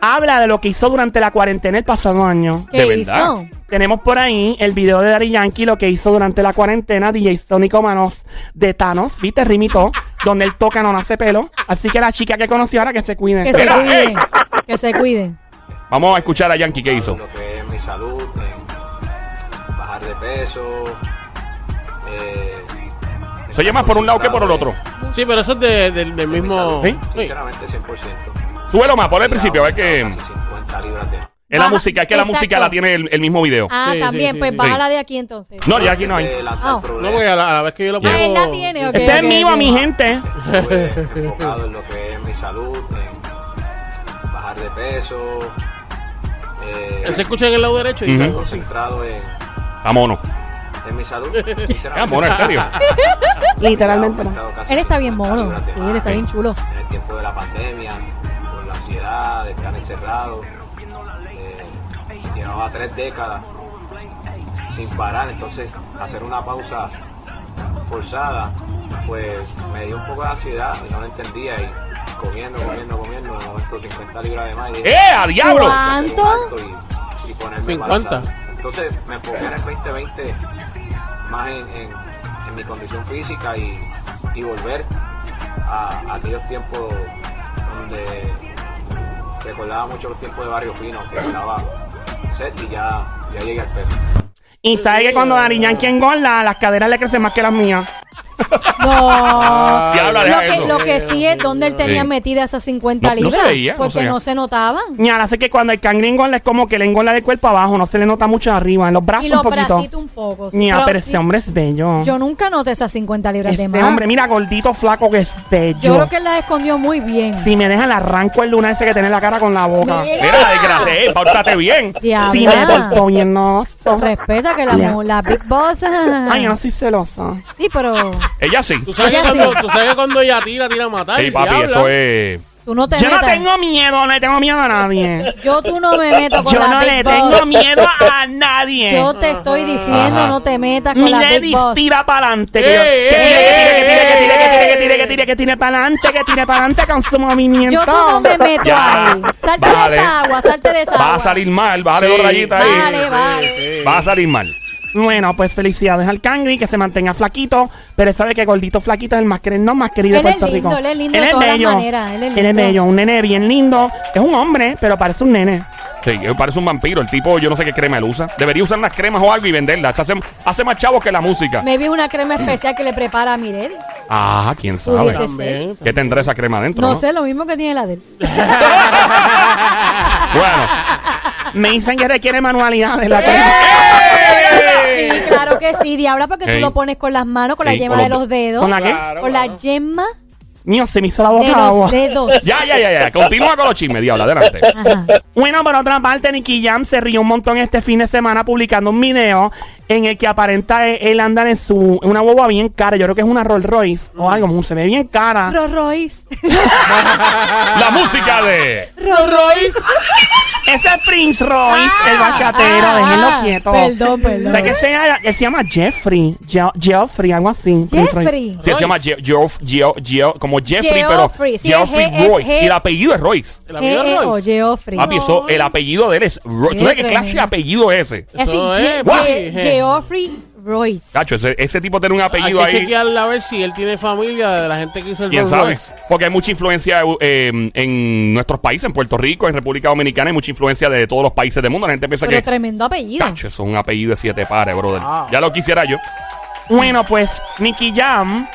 Speaker 4: habla de lo que hizo durante la cuarentena el pasado año.
Speaker 3: ¿Qué
Speaker 1: de verdad.
Speaker 3: hizo?
Speaker 4: Tenemos por ahí el video de Dari Yankee, lo que hizo durante la cuarentena, DJ Sónico Manos de Thanos, ¿viste? Rimito, donde él toca, no nace pelo. Así que la chica que conoció ahora que se cuide.
Speaker 3: Que se
Speaker 1: Mira,
Speaker 3: cuide.
Speaker 1: ey.
Speaker 3: Que se cuide.
Speaker 1: Vamos a escuchar a Yankee qué hizo.
Speaker 7: Lo que es mi salud, en bajar de peso. Eh,
Speaker 1: Se llama por un lado que por el otro.
Speaker 2: Sí, pero eso es de- del- del mismo.
Speaker 4: ¿Sí?
Speaker 2: Sí.
Speaker 7: Sinceramente, 100%.
Speaker 1: Súbelo más, por el principio, a ver que.
Speaker 7: Casi 50 libras de.
Speaker 1: Es la
Speaker 3: Baja,
Speaker 1: música, es que la
Speaker 3: exacto.
Speaker 1: música la tiene el, el mismo video.
Speaker 3: Ah,
Speaker 2: Sí,
Speaker 3: también,
Speaker 2: sí,
Speaker 3: pues
Speaker 2: sí,
Speaker 3: bájala de aquí entonces.
Speaker 1: No, ya aquí no hay.
Speaker 7: De lanzar
Speaker 3: Ah.
Speaker 2: No,
Speaker 7: problemas.
Speaker 2: porque a la, a la vez que yo lo pongo. Eh,
Speaker 3: Ah, él la tiene, ok.
Speaker 4: (laughs) Este
Speaker 3: ok,
Speaker 4: es mío
Speaker 3: ok.
Speaker 4: a mi gente.
Speaker 7: Estuve Pues, enfocado en lo que es mi salud, en bajar de peso. eh,
Speaker 2: Él se escucha en el lado derecho y
Speaker 1: Ujú.
Speaker 2: algo así.
Speaker 7: concentrado en,
Speaker 1: A mono.
Speaker 7: en mi salud.
Speaker 1: (laughs) Ah, mono,
Speaker 3: (laughs)
Speaker 1: en serio.
Speaker 4: Literalmente. no.
Speaker 3: Él está bien mono. Sí, él está bien chulo.
Speaker 7: en el tiempo de la pandemia, por la ansiedad de estar encerrado. eh, llevaba tres décadas sin parar, entonces hacer una pausa forzada, pues me dio un poco de ansiedad y no lo entendía y comiendo, comiendo, comiendo, de momento 50 libras de más. y dije,
Speaker 1: ¡Eh, a diablo!
Speaker 3: Guau.
Speaker 7: "Hay que hacer un
Speaker 3: ¿Cuánto?
Speaker 7: alto Y, y ponerme
Speaker 2: 50.
Speaker 7: embarazada". Entonces me enfoqué en el 2020 más en, en- en mi condición física y, y volver a, a aquellos tiempos donde recordaba mucho los tiempos de Barrio Fino, que estaba set y ya, ya llegué al peso.
Speaker 4: Y sabe que cuando Dari Yankee engorda, las caderas le crecen más que las mías.
Speaker 3: No.
Speaker 1: Diablo,
Speaker 3: Lo
Speaker 1: deja
Speaker 3: que, lo
Speaker 1: Ah, eso.
Speaker 3: que sí es donde él tenía
Speaker 1: Sí.
Speaker 3: metida esas 50
Speaker 1: No- no se
Speaker 3: libras.
Speaker 1: veía, no
Speaker 3: porque
Speaker 1: se veía.
Speaker 3: no se notaban.
Speaker 4: Y ahora sé que cuando el cangre engorda es como que le engorda de cuerpo abajo, no se le nota mucho arriba, en los brazos
Speaker 3: Y los
Speaker 4: un poquito.
Speaker 3: bracitos un poco. sí.
Speaker 4: Mira,
Speaker 3: Pero
Speaker 4: pero
Speaker 3: sí,
Speaker 4: este hombre es bello.
Speaker 3: Yo nunca noté esas 50 libras
Speaker 4: Este
Speaker 3: de más.
Speaker 4: hombre, mira, gordito, flaco, que es bello.
Speaker 3: yo creo que él las escondió muy bien.
Speaker 4: Si me dejan, le arranco el luna ese que tiene en la cara con la boca.
Speaker 3: Mira.
Speaker 1: Mira, desgraciado, pórtate bien.
Speaker 3: Diabla.
Speaker 4: Si me porto bien, no. so-
Speaker 3: Respeta que la,
Speaker 4: Mira.
Speaker 3: mu- la Big Boss.
Speaker 4: Ay, yo no soy celosa.
Speaker 3: Sí, pero
Speaker 1: Ella sí.
Speaker 2: ¿Tú sabes, que
Speaker 3: Ella
Speaker 2: cuando,
Speaker 3: sí.
Speaker 2: tú sabes que cuando ella tira, tira a matar.
Speaker 1: Ey, papi,
Speaker 2: diabla.
Speaker 1: eso es.
Speaker 3: tú no te
Speaker 4: Yo no
Speaker 3: metas.
Speaker 4: tengo miedo, no le tengo miedo a nadie.
Speaker 3: Yo tú no me meto con
Speaker 4: Yo
Speaker 3: la
Speaker 4: no
Speaker 3: Big
Speaker 4: le
Speaker 3: Boss.
Speaker 4: tengo miedo a nadie.
Speaker 3: Yo te estoy diciendo,
Speaker 1: Ajá.
Speaker 3: no te metas con
Speaker 4: Mi
Speaker 3: la Big
Speaker 4: Lady
Speaker 3: Boss.
Speaker 4: tira para adelante.
Speaker 2: Ey,
Speaker 4: Que
Speaker 2: ey,
Speaker 4: tire, que tire, que tire, que tire, que tire, que tire, que tire, que tire para adelante, que tire para adelante con su movimiento.
Speaker 3: Yo tú no me meto
Speaker 1: Ya.
Speaker 3: ahí. Salte
Speaker 1: Bájale.
Speaker 3: de esa agua, salte de esa
Speaker 1: Va a
Speaker 3: agua.
Speaker 1: salir mal, bájale
Speaker 2: Sí.
Speaker 1: dos rayitas
Speaker 3: Bájale,
Speaker 1: ahí.
Speaker 3: vale.
Speaker 2: Sí, sí.
Speaker 1: Va a salir mal.
Speaker 4: Bueno, pues felicidades al Cangri, que se mantenga flaquito, pero sabe que gordito flaquito es el más querido, no más querido de
Speaker 3: Él es
Speaker 4: Puerto
Speaker 3: lindo,
Speaker 4: Rico.
Speaker 3: él es lindo de todas las maneras, él es
Speaker 4: Él es
Speaker 3: lindo.
Speaker 4: bello, un nene bien lindo. Es un hombre, pero parece un nene.
Speaker 1: Sí, que parece un vampiro. El tipo, yo no sé qué crema él usa. Debería usar unas cremas o algo y venderlas. Hace, hace más chavo que la música.
Speaker 3: Me vi una crema especial que le prepara a Mirel.
Speaker 1: Ah, quién sabe.
Speaker 3: Pudiese (laughs)
Speaker 2: También.
Speaker 1: ¿Qué tendrá esa crema adentro?
Speaker 3: No,
Speaker 1: no?
Speaker 3: sé, (laughs) lo mismo que tiene la de él.
Speaker 1: (laughs) Bueno,
Speaker 4: Me dicen que requiere manualidades
Speaker 3: Eh,
Speaker 4: la crema.
Speaker 3: Sí, claro que sí, diabla, porque
Speaker 1: Ey.
Speaker 3: tú lo pones con las manos, con la
Speaker 1: Ey,
Speaker 3: yema
Speaker 1: con
Speaker 3: de
Speaker 1: los-
Speaker 3: los dedos.
Speaker 4: ¿Con la qué?
Speaker 2: Claro,
Speaker 3: Con la
Speaker 2: claro.
Speaker 3: yema
Speaker 4: Mío, se me hizo la
Speaker 3: de
Speaker 4: boca agua.
Speaker 3: los dedos.
Speaker 1: ya, ya, ya, ya. Continúa con los chismes, diablo. Adelante.
Speaker 3: Ajá.
Speaker 4: Bueno, por otra parte, Nicky Jam se rió un montón este fin de semana publicando un video en el que aparenta e- él andar en su en una boba bien cara. Yo creo que es una Rolls Royce o algo, mu- se ve bien cara.
Speaker 3: Rolls
Speaker 4: (laughs)
Speaker 3: Royce. Ah.
Speaker 1: La música de.
Speaker 3: Rolls (laughs) Royce.
Speaker 4: Ese es Prince Royce, el bachatero,
Speaker 3: ah,
Speaker 4: déjenlo
Speaker 3: ah,
Speaker 4: quieto.
Speaker 3: perdón, perdón.
Speaker 4: De que sea, él se llama Jeffrey, Je- Jeffrey, algo así. Prince Royce.
Speaker 3: Jeffrey.
Speaker 1: Sí, se llama Je- Geoff- Geo- Geo- como
Speaker 3: Geoffrey,
Speaker 1: Jeffrey, pero
Speaker 3: sí,
Speaker 1: Geoffrey
Speaker 3: es G- es
Speaker 1: Royce.
Speaker 3: G-
Speaker 1: Y el apellido es Royce.
Speaker 2: El apellido
Speaker 3: Eh, eh,
Speaker 2: Royce.
Speaker 3: Oye, Ofri.
Speaker 1: Papi, eso, el apellido de él es Royce. ¿Tú sabes qué clase de apellido es ese?
Speaker 3: Es
Speaker 2: Eso
Speaker 3: así,
Speaker 2: es,
Speaker 3: Je-
Speaker 2: papi,
Speaker 3: Je-
Speaker 2: je-
Speaker 3: Geoffrey Royce.
Speaker 1: Cacho, ese, ese tipo tiene un
Speaker 2: Hay
Speaker 1: apellido
Speaker 2: que
Speaker 1: ahí.
Speaker 2: chequearla a ver si él tiene familia de la gente que hizo el
Speaker 1: ¿Quién
Speaker 2: Rolls
Speaker 1: sabe?
Speaker 2: Royce.
Speaker 1: Porque hay mucha influencia eh, en nuestros países, en Puerto Rico, en República Dominicana, hay mucha influencia de todos los países del mundo. La gente piensa
Speaker 3: Pero
Speaker 1: que.
Speaker 3: tremendo apellido.
Speaker 1: Cacho, eso es un apellido de siete pares, brother.
Speaker 2: Ah.
Speaker 1: Ya lo quisiera yo.
Speaker 4: Bueno, pues Nicky Jam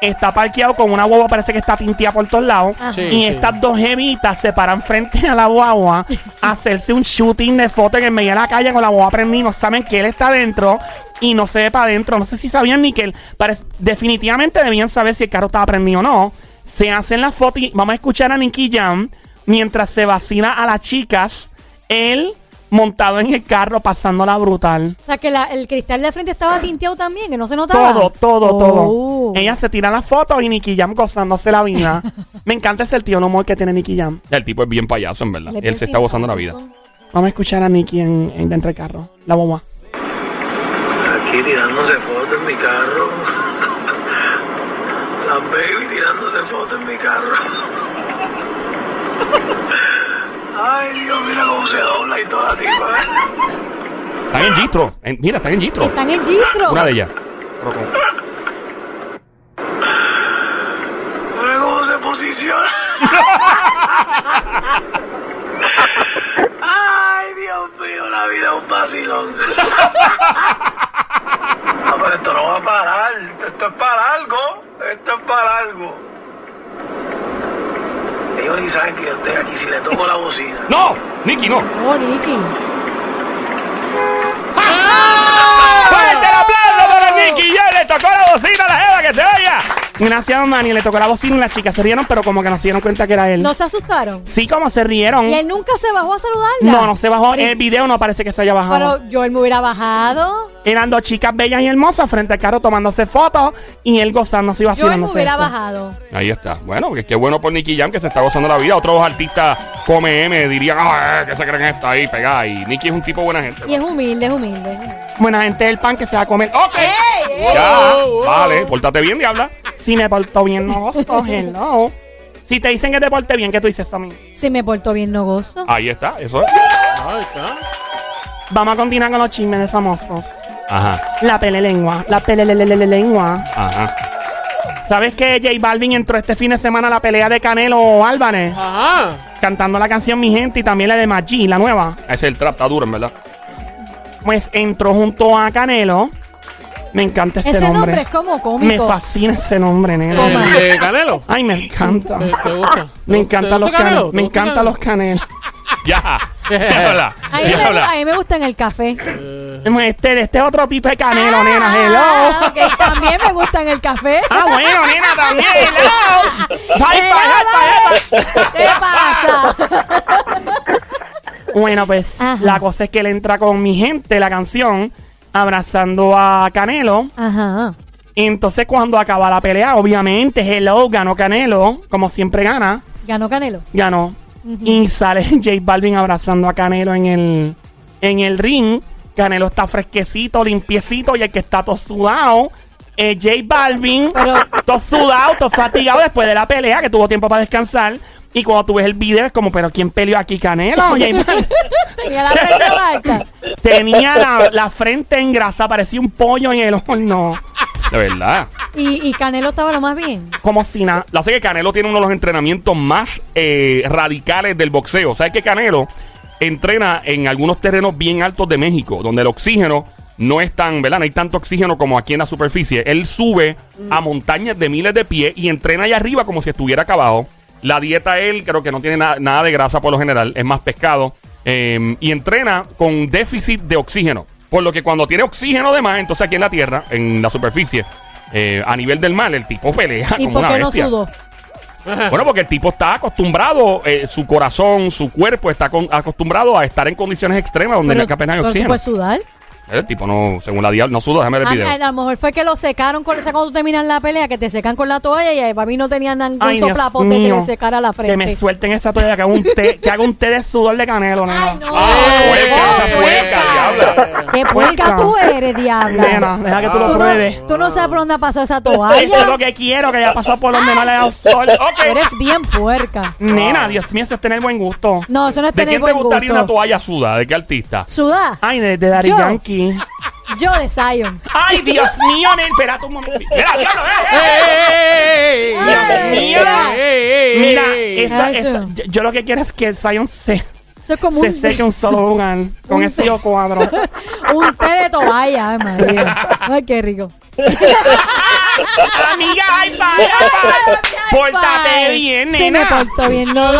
Speaker 4: está parqueado con una guagua, parece que está pinteada por todos lados.
Speaker 3: Ajá.
Speaker 2: Sí,
Speaker 4: Y
Speaker 2: sí.
Speaker 4: estas dos jevitas se paran frente a la guagua a hacerse un shooting de foto en el medio de la calle con la guagua prendida. y No saben que él está adentro y no se ve para adentro. No sé si sabían ni que él. pare- Definitivamente debían saber si el carro estaba prendido o no. Se hacen las fotos y vamos a escuchar a Nicky Jam mientras se vacina a las chicas. Él montado en el carro pasándola brutal.
Speaker 3: O sea, que la- el cristal de frente estaba tinteado también, que no se notaba.
Speaker 4: Todo, todo,
Speaker 3: Oh.
Speaker 4: todo. Ella se tira las fotos y Nicky Jam gozándose la
Speaker 3: (laughs)
Speaker 4: vida. Me encanta ese tío no humor que tiene Nicky Jam.
Speaker 1: El tipo es bien payaso, en verdad.
Speaker 3: Le
Speaker 1: Él
Speaker 3: piensa
Speaker 1: se está gozando la
Speaker 3: un
Speaker 1: vida.
Speaker 3: montón.
Speaker 4: Vamos a escuchar a Nicky en, en dentro del carro. La bomba.
Speaker 8: Aquí tirándose fotos en mi carro. Las baby tirándose fotos en mi carro. Ay, Dios, mira cómo se dobla y toda la tipa. ¿eh?
Speaker 1: Están en Gistro. En- mira, están en Gistro.
Speaker 3: Están en Gistro.
Speaker 1: Una de ellas. Pero con-
Speaker 8: Mira cómo se posiciona. Ay, Dios mío, la vida es un vacilón. No, pero esto no va a parar. Esto es para algo. Esto es para algo. Ellos ni saben que yo estoy aquí. Si le toco la bocina.
Speaker 1: ¡No! ¡Nicky, no!
Speaker 3: Oh, Nicky.
Speaker 2: ¡Ah!
Speaker 1: ¡Fuerte el aplauso para Nicky! ¡Ya le tocó la bocina a la jeva que se vaya!
Speaker 4: Gracias, Manny. Le tocó la bocina y las chicas se rieron, pero como que no se dieron cuenta que era él.
Speaker 3: No se asustaron.
Speaker 4: Sí, como se rieron.
Speaker 3: Y él nunca se bajó a saludarla.
Speaker 4: Eh. No, no se bajó.
Speaker 3: Pero-
Speaker 4: El video no parece que se haya bajado.
Speaker 3: Pero yo él me hubiera bajado.
Speaker 4: Eran dos chicas bellas y hermosas frente al carro tomándose fotos y él gozándose y
Speaker 3: Yo él
Speaker 4: vacilándose.
Speaker 3: me hubiera
Speaker 4: esto.
Speaker 3: bajado.
Speaker 1: Ahí está. Bueno, que qué bueno por Nicky Jam que se está gozando la vida. Otros artistas come M dirían, ah, eh, que se creen esta ahí pegada. Y Nicky es un tipo buena gente.
Speaker 3: Y es humilde, es humilde.
Speaker 4: Buena gente del pan que se va a comer. ¡Ok!
Speaker 3: ¡Ey, ey!
Speaker 1: Ya,
Speaker 2: Oh, oh.
Speaker 1: vale, pórtate bien, diabla.
Speaker 4: Si me porto bien,
Speaker 3: (laughs)
Speaker 4: no gozo, hello. Si te dicen que te porte bien, ¿qué tú dices, Sammy?
Speaker 3: Se me portó bien, no gozo.
Speaker 4: Ah,
Speaker 1: Ahí está, eso es.
Speaker 2: Ah, Ahí está.
Speaker 4: Vamos a continuar con los chismes de famosos.
Speaker 1: Ajá,
Speaker 4: La pelelengua, la pelelengua.
Speaker 1: ajá.
Speaker 4: ¿Sabes que J Balvin entró este fin de semana a la pelea de Canelo Álvarez?
Speaker 2: Ajá.
Speaker 4: Cantando la canción Mi Gente y también la de Maggi, la nueva.
Speaker 1: Ese es el trap, está duro, en verdad. (laughs)
Speaker 4: Pues entró junto a Canelo. Me encanta ese,
Speaker 3: Ese nombre. es como
Speaker 4: Me
Speaker 3: cómico.
Speaker 4: fascina ese nombre, nene.
Speaker 3: Toma.
Speaker 2: El de Canelo.
Speaker 4: Ay, me encanta.
Speaker 2: ¿Te, te gusta?
Speaker 4: Me
Speaker 2: ¿Te gusta
Speaker 4: encantan los
Speaker 2: Canelo?
Speaker 4: canelos.
Speaker 2: ¿Te
Speaker 4: Me
Speaker 2: gusta
Speaker 4: encantan
Speaker 2: Canelo?
Speaker 4: los canelos.
Speaker 1: Ya,
Speaker 2: (laughs)
Speaker 1: diabla,
Speaker 3: A mí, me, a
Speaker 1: diabla.
Speaker 3: mí me gusta en el café.
Speaker 4: Este, este es otro tipo de canelo,
Speaker 3: Ah,
Speaker 4: nena. Hello.
Speaker 3: ok, también me gusta en el café.
Speaker 4: Ah, bueno, nena, también. Hello. Bye, bye, bye, bye, bye.
Speaker 3: ¿Qué pasa?
Speaker 4: Bueno, pues
Speaker 3: Ajá.
Speaker 4: la cosa es que él entra con mi gente, la canción, abrazando a Canelo.
Speaker 3: Ajá.
Speaker 4: Y entonces cuando acaba la pelea, obviamente, hello, ganó Canelo, como siempre gana,
Speaker 3: Ganó Canelo.
Speaker 4: ganó. Y sale (laughs) J Balvin abrazando a Canelo en el, en el ring. Canelo está fresquecito, limpiecito, y el que está todo sudado es J Balvin.
Speaker 3: Pero-
Speaker 4: (laughs) Todo sudado, todo fatigado después de la pelea, que tuvo tiempo para descansar. Y cuando tú ves el video es como, pero ¿quién peleó aquí, Canelo? o J Balvin?
Speaker 3: Tenía la frente marca.
Speaker 4: Tenía la, la frente en grasa, parecía un pollo en el horno.
Speaker 1: De verdad.
Speaker 3: Y, y Canelo estaba lo más bien.
Speaker 4: Como si nada.
Speaker 1: La sé que Canelo tiene uno de los entrenamientos más eh, radicales del boxeo. ¿Sabes que Canelo entrena en algunos terrenos bien altos de México, donde el oxígeno no es tan, ¿verdad? No hay tanto oxígeno como aquí en la superficie. Él sube a montañas de miles de pies y entrena allá arriba como si estuviera acá abajo. La dieta, él creo que no tiene na- nada de grasa por lo general, es más pescado. eh, y entrena con déficit de oxígeno. Por lo que cuando tiene oxígeno de más, entonces aquí en la tierra, en la superficie, eh, a nivel del mar, el tipo (laughs) pelea
Speaker 4: Ah,
Speaker 3: ¿Y
Speaker 1: Ah,
Speaker 3: por
Speaker 1: como una
Speaker 3: qué no
Speaker 1: bestia.
Speaker 3: sudó?
Speaker 1: Bueno, porque el tipo está acostumbrado, eh, su corazón, su cuerpo está con- acostumbrado a estar en condiciones extremas donde no
Speaker 3: Pero-
Speaker 1: hay apenas hay
Speaker 3: pero tú
Speaker 1: oxígeno. Eh,
Speaker 3: puedes sudar.
Speaker 1: El tipo no, según la diabla, no suda, déjame ver el
Speaker 3: Ah,
Speaker 1: video.
Speaker 3: A, lo mejor fue que lo secaron con, o sea, cuando tú terminas la pelea, que te secan con la toalla y ahí para mí no tenía ningún
Speaker 4: Ay, Dios
Speaker 3: soplapote que
Speaker 4: mío.
Speaker 3: le secara la
Speaker 4: Que me
Speaker 3: frente.
Speaker 4: suelten esa toalla, que haga un té, que haga un té de sudor de canelo, nena.
Speaker 3: Ay, no.
Speaker 1: Ah, puerca,
Speaker 2: eh,
Speaker 1: esa puerca,
Speaker 2: diabla.
Speaker 3: ¡Qué puerca
Speaker 4: Puerca.
Speaker 3: tú eres, diabla!
Speaker 4: Nena, deja que tú
Speaker 3: Tú
Speaker 4: lo
Speaker 3: no,
Speaker 4: pruebes.
Speaker 3: tú no sabes por dónde pasó esa
Speaker 4: Eso es lo
Speaker 3: toalla.
Speaker 4: que quiero, que haya pasado por donde no le haya
Speaker 3: (laughs)
Speaker 4: dado sol.
Speaker 3: Tú
Speaker 4: Ok.
Speaker 3: eres bien puerca.
Speaker 4: Nena, Dios mío, eso es tener buen gusto.
Speaker 3: No, eso no es
Speaker 1: ¿De
Speaker 3: tener
Speaker 1: quién te
Speaker 3: buen
Speaker 1: gustaría una
Speaker 3: gusto.
Speaker 1: toalla suda? ¿De qué artista?
Speaker 3: Sudá.
Speaker 4: Ay, de, de Daddy
Speaker 3: Yo.
Speaker 4: Yankee.
Speaker 1: Ah.
Speaker 3: Yo de Zion.
Speaker 4: ¡Ay, Dios mío, nene! Espérate un momento. Mira, diablo, eh, eh.
Speaker 2: ¡Ey, ey, ey,
Speaker 3: Ay,
Speaker 2: ey,
Speaker 4: Dios mío.
Speaker 2: ey, ey, ey,
Speaker 4: Mira,
Speaker 2: ey!
Speaker 4: esa,
Speaker 3: Ah, Eso.
Speaker 4: esa- yo, yo lo que quiero es que el Zion se,
Speaker 3: Eso es como
Speaker 4: se
Speaker 3: un,
Speaker 4: seque un solo lugar con
Speaker 3: Un
Speaker 4: ese
Speaker 3: se- (laughs)
Speaker 4: cuadro.
Speaker 3: un té de toalla, ay, María. Ay, qué rico.
Speaker 4: Amiga, ay, para, para. Pórtate
Speaker 3: Ay,
Speaker 4: bien,
Speaker 3: Sí, me
Speaker 4: nena.
Speaker 3: porto bien, no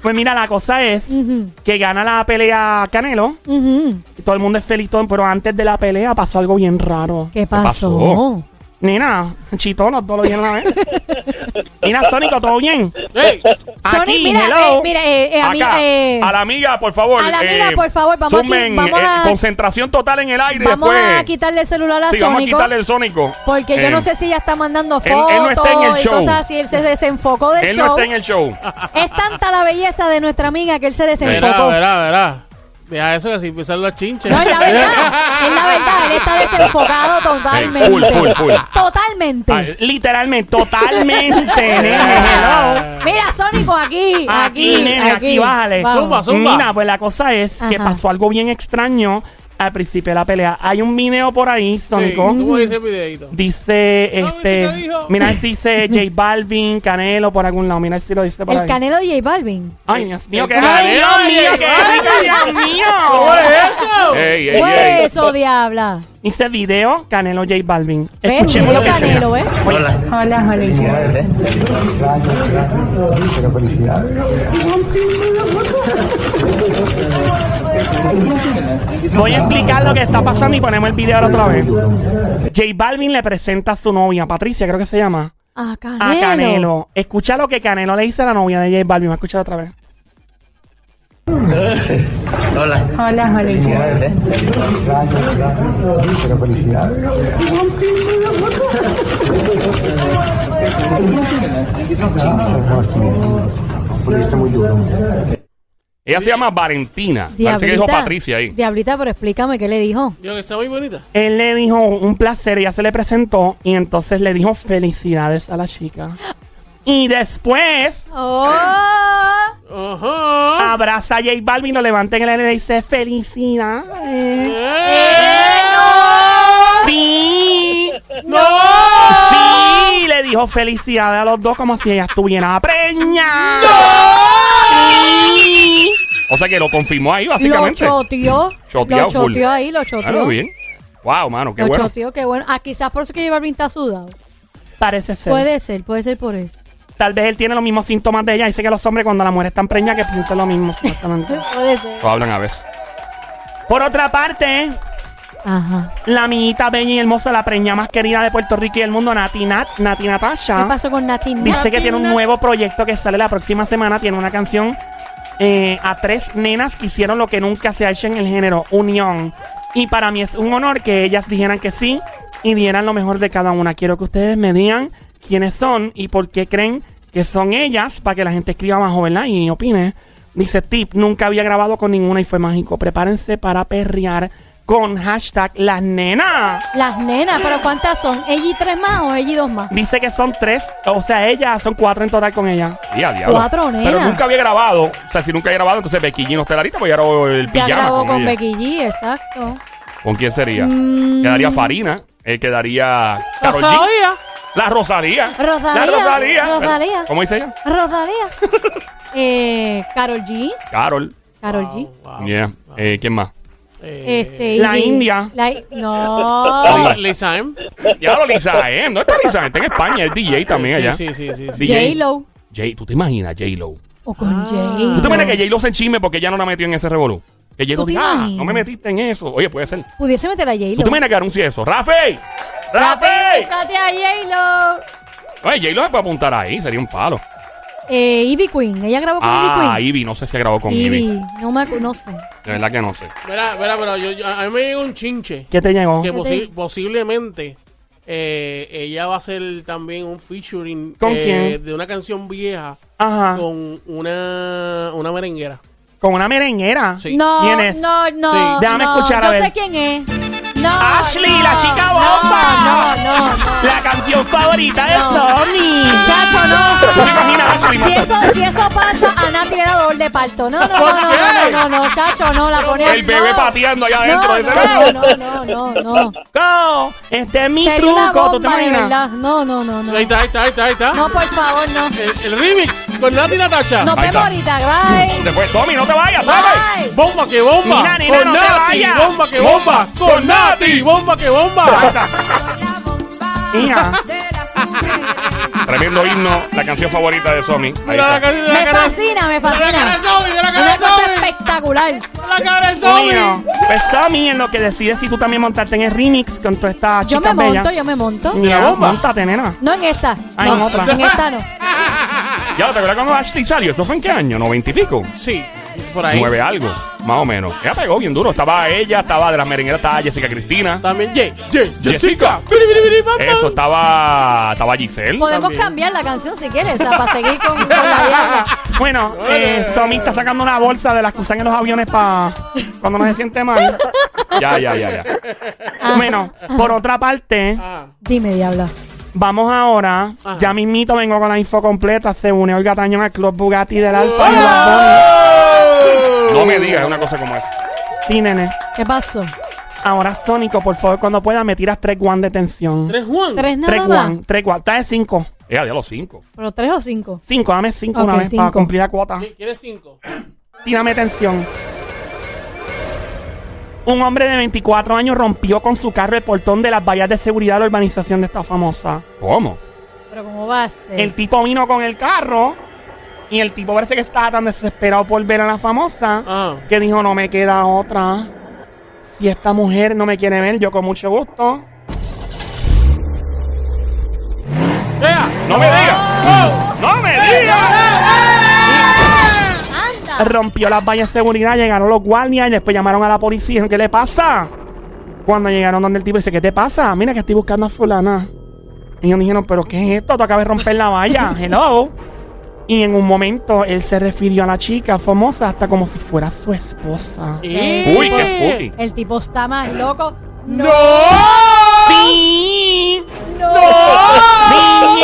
Speaker 4: Pues mira, la cosa es que gana la pelea Canelo. y Todo el mundo es feliz, todo, pero antes de la pelea pasó algo bien raro.
Speaker 3: ¿Qué
Speaker 1: pasó?
Speaker 3: pasó?
Speaker 4: Nena, chito, los dos lo dieron a ver. Mira, Sónico, ¿todo bien?
Speaker 2: ey.
Speaker 3: (laughs)
Speaker 4: Aquí,
Speaker 3: Sony, mira,
Speaker 4: hello.
Speaker 3: eh, mira, eh, eh, a mí,
Speaker 1: Acá,
Speaker 3: eh,
Speaker 1: a la amiga, por favor.
Speaker 3: a la amiga, por favor, vamos aquí,
Speaker 1: sumen,
Speaker 3: vamos a-
Speaker 1: concentración total en el aire.
Speaker 3: vamos
Speaker 1: después.
Speaker 3: a quitarle el celular a
Speaker 1: Sí, vamos a
Speaker 3: Sónico.
Speaker 1: quitarle el sónico.
Speaker 3: Porque
Speaker 1: Eh,
Speaker 3: yo no sé si ella está mandando
Speaker 1: él- él no
Speaker 3: fotos
Speaker 1: está en el
Speaker 3: y
Speaker 1: show.
Speaker 3: cosas así. Él se desenfocó del
Speaker 1: Él
Speaker 3: show.
Speaker 1: no está en el show.
Speaker 3: Es tanta la belleza de nuestra amiga que él se
Speaker 2: Verá,
Speaker 3: desenfocó.
Speaker 2: verá, verá. Deja eso que así empiezan los chinches.
Speaker 3: No, es
Speaker 2: (laughs)
Speaker 3: la verdad. Es la verdad. Él está desenfocado totalmente.
Speaker 1: Eh, full, full, full.
Speaker 3: Totalmente.
Speaker 1: Ay,
Speaker 4: Ah, Literalmente, totalmente,
Speaker 3: (laughs)
Speaker 4: nene. Hello.
Speaker 2: Ah.
Speaker 3: Mira, Sónico, aquí.
Speaker 4: Aquí,
Speaker 3: Aquí,
Speaker 4: nene, aquí, bájale.
Speaker 3: Vamos.
Speaker 2: Zumba, zumba.
Speaker 4: Mira, pues la cosa es que
Speaker 3: Ajá.
Speaker 4: pasó algo bien extraño al principio de la pelea. Hay un video por ahí,
Speaker 2: Sí,
Speaker 4: Sónico.
Speaker 2: ¿Cómo dice el videito?
Speaker 4: Dice,
Speaker 2: No, ¿qué
Speaker 4: este,
Speaker 2: dijo?
Speaker 4: mira si
Speaker 3: (laughs)
Speaker 4: dice J Balvin, Canelo, por algún lado, mira si lo dice por
Speaker 3: El
Speaker 4: ahí.
Speaker 3: Canelo de J Balvin.
Speaker 4: Ay, Dios mío,
Speaker 2: El
Speaker 4: qué
Speaker 2: Canelo
Speaker 4: Ay, Dios
Speaker 2: y
Speaker 4: mío,
Speaker 2: el
Speaker 4: qué
Speaker 2: Balvin.
Speaker 4: Dios mío.
Speaker 3: (laughs)
Speaker 2: ¿Cómo es eso?
Speaker 1: Ey, ey, ey.
Speaker 3: Pues eso, diabla.
Speaker 4: Dice video, Canelo, J Balvin.
Speaker 3: Ve,
Speaker 4: Escuchemos
Speaker 3: video
Speaker 4: lo que dice.
Speaker 3: Canelo, ¿eh?
Speaker 4: Voy a explicar lo que está pasando y ponemos el video ahora otra vez. J Balvin le presenta a su novia, Patricia, creo que se llama,
Speaker 3: A Ah, Canelo.
Speaker 1: Ah,
Speaker 4: a Canelo. Escucha lo que Canelo le dice a la novia de J Balvin, va a escuchar otra vez.
Speaker 1: Ella se llama Valentina. Parece que dijo Patricia ahí.
Speaker 3: Diablita, pero explícame qué le dijo.
Speaker 2: Yo que está muy bonita.
Speaker 4: Él le dijo un placer, ella se le presentó y entonces le dijo felicidades a la chica. Y después
Speaker 3: Oh,
Speaker 2: Ajá.
Speaker 4: abraza a J Balvin, lo levanta en el aire y le dice felicidades.
Speaker 1: Eh,
Speaker 3: eh,
Speaker 4: Sí,
Speaker 2: ¡No!
Speaker 4: sí, le dijo felicidades a los dos como si ella estuviera preña. Sí.
Speaker 1: O sea que lo confirmó ahí,
Speaker 3: lo
Speaker 1: básicamente.
Speaker 3: choteó.
Speaker 1: Choteado
Speaker 3: Lo
Speaker 1: full.
Speaker 3: choteó ahí, lo
Speaker 1: Ah, no,
Speaker 3: choteó.
Speaker 1: bien. Wow, mano, qué
Speaker 3: lo
Speaker 1: bueno.
Speaker 3: choteó, qué bueno. Ah, quizás por eso que lleva pinta sudado.
Speaker 4: Parece ser.
Speaker 3: Puede ser, puede ser por eso.
Speaker 4: Tal vez él tiene los mismos síntomas de ella. Dice que los hombres cuando la mujer está preña que sienten lo mismo. supuestamente.
Speaker 3: Puede ser.
Speaker 1: Lo hablan a veces.
Speaker 4: Por otra parte,
Speaker 1: Ah.
Speaker 3: Ajá.
Speaker 4: la amiguita bella y hermosa, la preña más querida de Puerto Rico y el mundo, Nati, Nat- Nati
Speaker 3: ¿Qué
Speaker 4: Natasha,
Speaker 3: pasó con Nati?
Speaker 4: Ah. dice que tiene un nuevo proyecto que sale la próxima semana. Tiene una canción eh, a tres nenas que hicieron lo que nunca se ha hecho en el género, unión. Y para mí es un honor que ellas dijeran que sí y dieran lo mejor de cada una. Quiero que ustedes me digan quiénes son y por qué creen que son ellas para que la gente escriba abajo, ¿verdad? Y opine. Dice Tip, nunca había grabado con ninguna y fue mágico. Prepárense para perrear con hashtag las nenas.
Speaker 3: Las nenas, pero ¿cuántas son? ¿Ella y tres más o ella y dos más?
Speaker 4: Dice que son tres, o sea, ellas son cuatro en total con ella.
Speaker 1: Y a diablo.
Speaker 3: Cuatro nenas.
Speaker 1: Pero nunca había grabado. O sea, si nunca había grabado, entonces Becky G no está ahorita, pues ya grabó el
Speaker 3: Ya
Speaker 1: pijama.
Speaker 3: grabó con,
Speaker 1: ella.
Speaker 3: Becky G, exacto.
Speaker 1: ¿Con quién sería?
Speaker 3: Mm.
Speaker 1: Quedaría Farina. eh, quedaría Karol G.
Speaker 2: Rosalía.
Speaker 1: La Rosalía.
Speaker 3: Rosalía,
Speaker 1: La Rosalía.
Speaker 3: Rosalía.
Speaker 1: ¿Cómo dice ella? (laughs)
Speaker 3: Rosalía. eh, Carol G.
Speaker 1: Carol.
Speaker 3: Carol G.
Speaker 2: Wow.
Speaker 1: Yeah. Eh, ¿Quién más?
Speaker 3: Este,
Speaker 4: La
Speaker 3: y-
Speaker 4: India.
Speaker 3: la i- no.
Speaker 2: Li- Lisa M.
Speaker 1: Diablo, Lisa M. ¿Dónde está Lisa M? Está en España. Es DJ también allá.
Speaker 2: Sí, sí, sí, sí, sí.
Speaker 1: DJ.
Speaker 3: J-Lo.
Speaker 1: J- ¿Tú te imaginas J-Lo?
Speaker 3: O con
Speaker 4: Ah.
Speaker 1: ¿Tú te
Speaker 3: J-Lo.
Speaker 1: imaginas que J-Lo se enchisme porque ya no la metió en ese revolú? Que J-Lo
Speaker 3: ¿Tú te
Speaker 1: diga, ah,
Speaker 3: imaginas?
Speaker 1: no me metiste en eso. Oye, puede ser.
Speaker 3: Pudiese meter a
Speaker 1: ¿Tú te
Speaker 3: J-Lo.
Speaker 1: imaginas que anuncie eso? ¡Rafi!
Speaker 3: Rafael,
Speaker 1: ¡Rafi!
Speaker 3: búscate a J-Lo.
Speaker 1: Oye, J-Lo se puede apuntar ahí. Sería un palo.
Speaker 3: Eh, Ivy Queen. Ella grabó con
Speaker 1: Ah,
Speaker 3: Ivy
Speaker 1: Ivy. No sé si grabó con
Speaker 3: Queen.
Speaker 1: Ivy.
Speaker 3: No me acu- no sé.
Speaker 1: De verdad que no sé.
Speaker 2: Mira, mira, pero yo, yo- a mí me llega un chinche
Speaker 4: ¿Qué te llegó?
Speaker 2: que
Speaker 3: te-
Speaker 2: posi- posiblemente eh, ella va a hacer también un featuring
Speaker 4: ¿Con
Speaker 2: eh,
Speaker 4: quién? Ah.
Speaker 2: de una canción vieja
Speaker 4: Ajá.
Speaker 2: con una, una merenguera.
Speaker 4: Con una merenguera.
Speaker 2: Sí.
Speaker 3: No,
Speaker 4: ¿Quién es?
Speaker 3: no, no.
Speaker 2: Sí.
Speaker 4: Déjame
Speaker 3: no,
Speaker 4: escuchar, a
Speaker 3: yo
Speaker 4: ver.
Speaker 3: sé quién es. No,
Speaker 4: Ashley,
Speaker 3: no,
Speaker 4: la chica
Speaker 3: no,
Speaker 4: bomba.
Speaker 3: no, no, no.
Speaker 4: La canción favorita de
Speaker 3: No.
Speaker 4: Sony.
Speaker 3: Chacho,
Speaker 1: ¿Tú te imaginas,
Speaker 3: no.
Speaker 1: Ashley?
Speaker 3: Si eso, si eso pasa, a Nati le da dolor de parto. No, no, no, no, no, no, no, no, chacho, no, la pone
Speaker 1: El bebé
Speaker 3: no.
Speaker 1: pateando allá adentro.
Speaker 3: No,
Speaker 1: de ese-
Speaker 3: no, no, no, no, no, no.
Speaker 4: Go. Este es mi
Speaker 3: Sería una
Speaker 4: truco. ¿Tú te
Speaker 3: bomba, de
Speaker 4: imaginas?
Speaker 3: verdad. No, no, no, no.
Speaker 2: Ahí está, ahí está, ahí está, ahí está.
Speaker 3: No, por favor, no.
Speaker 2: El, el remix con Nati y Natasha.
Speaker 3: Nos
Speaker 1: Ahí
Speaker 3: vemos
Speaker 1: está.
Speaker 3: ahorita. Bye.
Speaker 1: Se fue. Tommy, no te vayas, Tommy.
Speaker 3: Bye.
Speaker 2: Bomba que bomba.
Speaker 4: Mira, nena,
Speaker 2: con
Speaker 4: no te
Speaker 2: Nati,
Speaker 4: vayas.
Speaker 2: bomba que bomba. Con,
Speaker 1: Con
Speaker 2: Nati,
Speaker 1: Nati.
Speaker 2: bomba que bomba.
Speaker 3: (laughs)
Speaker 4: Mira.
Speaker 3: Ah.
Speaker 1: Tremendo himno, la canción favorita de Tommy. Ahí
Speaker 2: Mira la
Speaker 1: está.
Speaker 2: cara, mira la
Speaker 3: Me
Speaker 2: cara.
Speaker 3: fascina, me
Speaker 2: Mira la cara
Speaker 3: fascina.
Speaker 2: de Zombie, mira la cara
Speaker 3: Una
Speaker 2: de
Speaker 3: cosa
Speaker 2: Zombie.
Speaker 3: espectacular.
Speaker 2: Mira la cara de
Speaker 4: Bueno,
Speaker 2: Zombie.
Speaker 4: pues Tommy en lo que decides si tú también montarte en el remix con toda esta
Speaker 3: Yo
Speaker 4: chica
Speaker 3: me
Speaker 4: bella.
Speaker 3: monto, yo me monto.
Speaker 2: ¿Y la bomba?
Speaker 4: Móntate, nena.
Speaker 3: No en esta.
Speaker 4: Ay,
Speaker 3: no,
Speaker 4: en otra.
Speaker 2: (laughs)
Speaker 3: En esta no.
Speaker 1: Ya, ¿te acuerdas cuando Ashley salió? ¿Eso fue en qué año? ¿Noventa y pico?
Speaker 2: Sí, por ahí.
Speaker 1: Nueve algo, más o menos. Ella pegó bien duro. Estaba ella, estaba de las merengueras, estaba Jessica Cristina.
Speaker 2: También Ye, Ye,
Speaker 1: Jessica.
Speaker 2: Jessica. Biri, biri, biri, bam, bam.
Speaker 1: Eso, estaba, estaba Giselle.
Speaker 3: Podemos
Speaker 2: También.
Speaker 3: cambiar la canción si quieres, o sea, para seguir con, con la dieta.
Speaker 1: (laughs)
Speaker 4: Bueno, eh, Tommy está sacando una bolsa de las que usan en los aviones para cuando no se siente mal.
Speaker 1: Ya, ya, ya, ya.
Speaker 3: (laughs) Ah,
Speaker 4: Bueno, por otra parte,
Speaker 2: Ah,
Speaker 3: Dime, diabla.
Speaker 4: vamos ahora.
Speaker 2: Ajá.
Speaker 4: Ya mismito vengo con la info completa. Se une Olga Tañón al Club Bugatti del Alfa. y Bad
Speaker 2: ¡Oh!
Speaker 1: No me digas una cosa como esa.
Speaker 4: Bunny. Sí, nene.
Speaker 3: ¿Qué pasó?
Speaker 4: Ahora, Sónico, por favor, cuando pueda, me tiras tres guan de tensión.
Speaker 2: Tres Juan.
Speaker 3: ¿Tres nada
Speaker 4: Tres
Speaker 3: más?
Speaker 4: guan, tres guan. Está de cinco.
Speaker 1: Ella dio Eh, los cinco.
Speaker 3: ¿Pero tres o cinco?
Speaker 4: Cinco, dame cinco
Speaker 3: Ok,
Speaker 4: una vez para
Speaker 3: cinco.
Speaker 4: cumplir la cuota.
Speaker 2: ¿Quieres cinco?
Speaker 4: Tírame tensión. Un hombre de 24 años rompió con su carro el portón de las vallas de seguridad de la urbanización de esta famosa.
Speaker 1: ¿Cómo?
Speaker 3: ¿Pero cómo va a ser?
Speaker 4: El tipo vino con el carro y el tipo parece que estaba tan desesperado por ver a la famosa
Speaker 2: Ah.
Speaker 4: que dijo, no me queda otra. Si esta mujer no me quiere ver, yo con mucho gusto.
Speaker 2: ¡Ea!
Speaker 1: ¡No me digas!
Speaker 2: ¡Oh!
Speaker 1: ¡No me digas!
Speaker 3: ¡Anda!
Speaker 4: Rompió las vallas de seguridad, llegaron los guardias y después llamaron a la policía. dijeron, ¿Qué le pasa? Cuando llegaron donde el tipo dice, ¿qué te pasa? Mira que estoy buscando a fulana. Y ellos dijeron, ¿pero qué es esto? Tú acabas de romper la valla. Hello. Y en un momento él se refirió a la chica famosa hasta como si fuera su esposa.
Speaker 2: ¡Eh!
Speaker 1: Uy, qué spooky.
Speaker 3: El tipo está más loco. ¡No!
Speaker 2: ¡No!
Speaker 4: Sí.
Speaker 3: ¡No!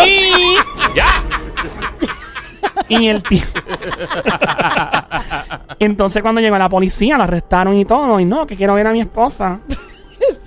Speaker 4: Sí.
Speaker 1: ¡Ya!
Speaker 4: Y el tío. (laughs) Entonces cuando llegó la policía, la arrestaron y todo. Y no, que quiero ver a mi esposa.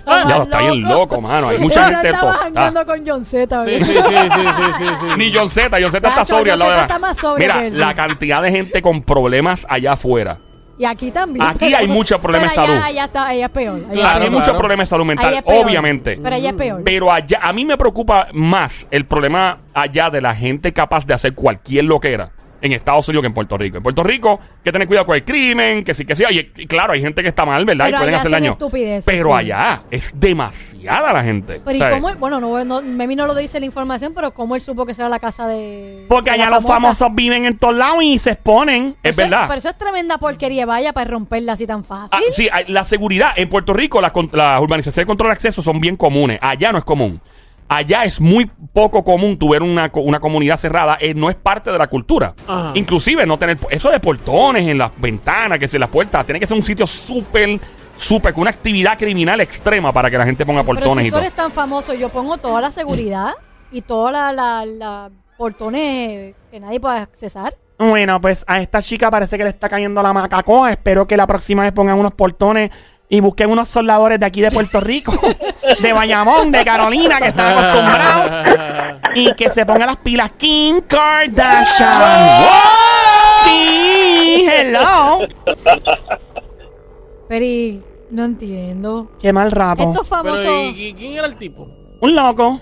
Speaker 3: más
Speaker 1: Ya lo está bien loco, mano. Hay mucha
Speaker 3: Pero
Speaker 1: gente
Speaker 3: estaba
Speaker 1: postada.
Speaker 3: jangueando con John Z,
Speaker 2: Sí,
Speaker 3: ¿verdad?
Speaker 2: sí, sí, sí, sí, sí, sí.
Speaker 1: Ni John Z, John Z está
Speaker 3: Nacho,
Speaker 1: sobrio al lado
Speaker 3: John
Speaker 1: de
Speaker 3: Zeta está más
Speaker 1: la...
Speaker 3: sobrio
Speaker 1: Mira,
Speaker 3: que él,
Speaker 1: la
Speaker 3: sí.
Speaker 1: cantidad de gente con problemas allá afuera.
Speaker 3: Y aquí también.
Speaker 1: Aquí hay muchos problemas
Speaker 3: pero
Speaker 1: de
Speaker 3: allá-
Speaker 1: salud.
Speaker 3: Allá, está, allá es peor. Allá,
Speaker 2: Claro,
Speaker 1: Hay muchos
Speaker 2: claro.
Speaker 1: problemas de salud
Speaker 3: allá
Speaker 1: mental,
Speaker 3: es peor.
Speaker 1: obviamente. Mm.
Speaker 3: Pero allá es peor.
Speaker 1: Pero allá, a mí me preocupa más el problema allá de la gente capaz de hacer cualquier loquera en Estados Unidos que en Puerto Rico. En Puerto Rico, que tener cuidado con el crimen, que sí, que sí. Y, y claro, hay gente que está mal, ¿verdad?
Speaker 3: Pero
Speaker 1: y pueden
Speaker 3: allá
Speaker 1: hacer
Speaker 3: hacen
Speaker 1: daño.
Speaker 3: estupideces,
Speaker 1: Pero
Speaker 3: sí.
Speaker 1: allá es demasiada la gente.
Speaker 3: Pero ¿y
Speaker 1: ¿sabes?
Speaker 3: cómo? él- Bueno, no, no, Memi no lo dice la información, pero ¿cómo él supo que será la casa de.
Speaker 4: Porque
Speaker 3: de la
Speaker 4: allá los
Speaker 3: famosa?
Speaker 4: famosos viven en todos lados y se exponen.
Speaker 1: Es
Speaker 3: Eso
Speaker 1: verdad.
Speaker 3: Pero eso es tremenda porquería, vaya, para romperla así tan fácil.
Speaker 1: Ah, sí, hay- la seguridad en Puerto Rico, las con- las urbanizaciones de control de acceso son bien comunes. Allá no es común. Allá es muy poco común tu ver una, co- una comunidad cerrada. eh, no es parte de la cultura.
Speaker 2: Ajá.
Speaker 1: Inclusive no tener... Eso de portones en las ventanas, que se las puertas. Tiene que ser un sitio súper, súper... Con una actividad criminal extrema para que la gente ponga
Speaker 3: pero
Speaker 1: portones
Speaker 3: si
Speaker 1: y
Speaker 3: tú
Speaker 1: todo.
Speaker 3: eres tan famoso, yo pongo toda la seguridad y toda la, la, la portones que nadie pueda accesar.
Speaker 4: Bueno, pues a esta chica parece que le está cayendo la macacoa. Espero que la próxima vez pongan unos portones y busquen unos soldadores de aquí de Puerto Rico, de Bayamón, de Carolina, que están acostumbrados. Y que se pongan las pilas Kim Kardashian. Sí, hello.
Speaker 3: Pero y- no entiendo.
Speaker 4: Qué mal rato.
Speaker 3: Estos famosos.
Speaker 2: Pero, ¿y, y quién era el tipo?
Speaker 4: Un loco.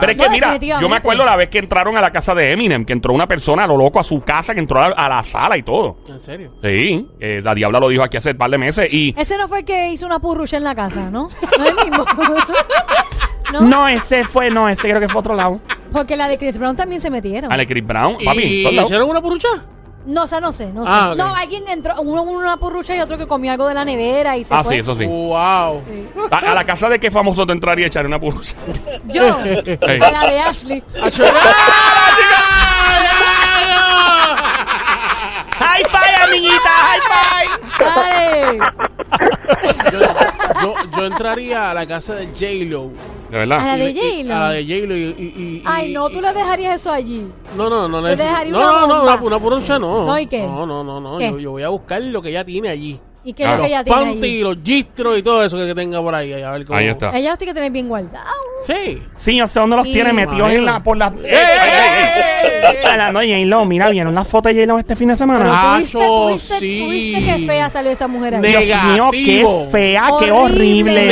Speaker 1: Pero es que
Speaker 3: Ah, No,
Speaker 1: mira, yo me
Speaker 3: definitivamente.
Speaker 1: acuerdo la vez que entraron a la casa de Eminem, que entró una persona a lo loco a su casa, que entró a la, a la sala y todo.
Speaker 2: ¿En serio?
Speaker 1: Sí, eh, la diabla lo dijo aquí hace un par de meses y...
Speaker 3: Ese no fue el que hizo una purrucha en la casa, ¿no? No es el
Speaker 1: (laughs)
Speaker 3: mismo. ¿No?
Speaker 4: No, ese fue, no, ese creo que fue otro lado.
Speaker 3: Porque la de Chris Brown también se metieron.
Speaker 1: Ale Chris Brown, papi.
Speaker 2: ¿Y
Speaker 1: ¿dónde-
Speaker 2: hicieron una purucha?
Speaker 3: No, o sea, no sé, no sé.
Speaker 2: Ah, ok.
Speaker 3: No, alguien entró, uno uno una purrucha y otro que comió algo de la nevera y se
Speaker 1: Ah,
Speaker 3: fue.
Speaker 1: sí, eso
Speaker 2: Uh.
Speaker 1: sí.
Speaker 2: ¡Wow!
Speaker 3: Sí.
Speaker 1: A, a la casa de qué famoso te entraría a echar una pulsa.
Speaker 3: Yo, a la de Ashley.
Speaker 2: Ah,
Speaker 4: ¡High five, amiguita! ¡High
Speaker 3: Dale.
Speaker 4: five!
Speaker 2: Yo, yo, yo entraría a la casa de J-Lo.
Speaker 1: De
Speaker 3: A la
Speaker 1: verdad.
Speaker 3: de
Speaker 2: Y le- y-
Speaker 3: J-Lo.
Speaker 2: A la de J-Lo y, y- y-
Speaker 3: Ay, no,
Speaker 2: y-
Speaker 3: tú le dejarías eso allí.
Speaker 2: No, no, no.
Speaker 3: Le
Speaker 2: neces-
Speaker 3: dejaría
Speaker 2: no,
Speaker 3: una
Speaker 2: no, no,
Speaker 3: bomba.
Speaker 2: una, una poroncha no.
Speaker 3: No, ¿y qué?
Speaker 2: No, no, no, no,
Speaker 3: ¿Qué?
Speaker 2: Yo, yo voy a buscar lo que ella tiene allí.
Speaker 3: ¿Y qué es lo
Speaker 1: Claro.
Speaker 3: que ella tiene
Speaker 2: Panty,
Speaker 3: allí?
Speaker 2: los gistros y todo eso que tenga por ahí. A ver cómo...
Speaker 1: Ahí está.
Speaker 3: Ella los tiene que tener bien guardado.
Speaker 2: Sí.
Speaker 4: Sí, yo sé dónde los
Speaker 3: Sí.
Speaker 4: tiene metidos en la, por la...
Speaker 2: ¡Eh, eh, eh, eh, eh!
Speaker 4: (laughs) Hablando de J-Lo, mira, ¿vieron las fotos de J-Lo este fin de semana?
Speaker 3: Pero
Speaker 2: Ah,
Speaker 3: tú viste,
Speaker 2: yo
Speaker 3: tú viste, tú viste
Speaker 2: sí.
Speaker 3: qué fea salió esa mujer
Speaker 2: Ne-
Speaker 3: allí.
Speaker 4: Dios mío, qué
Speaker 2: Negativo.
Speaker 4: fea, qué horrible.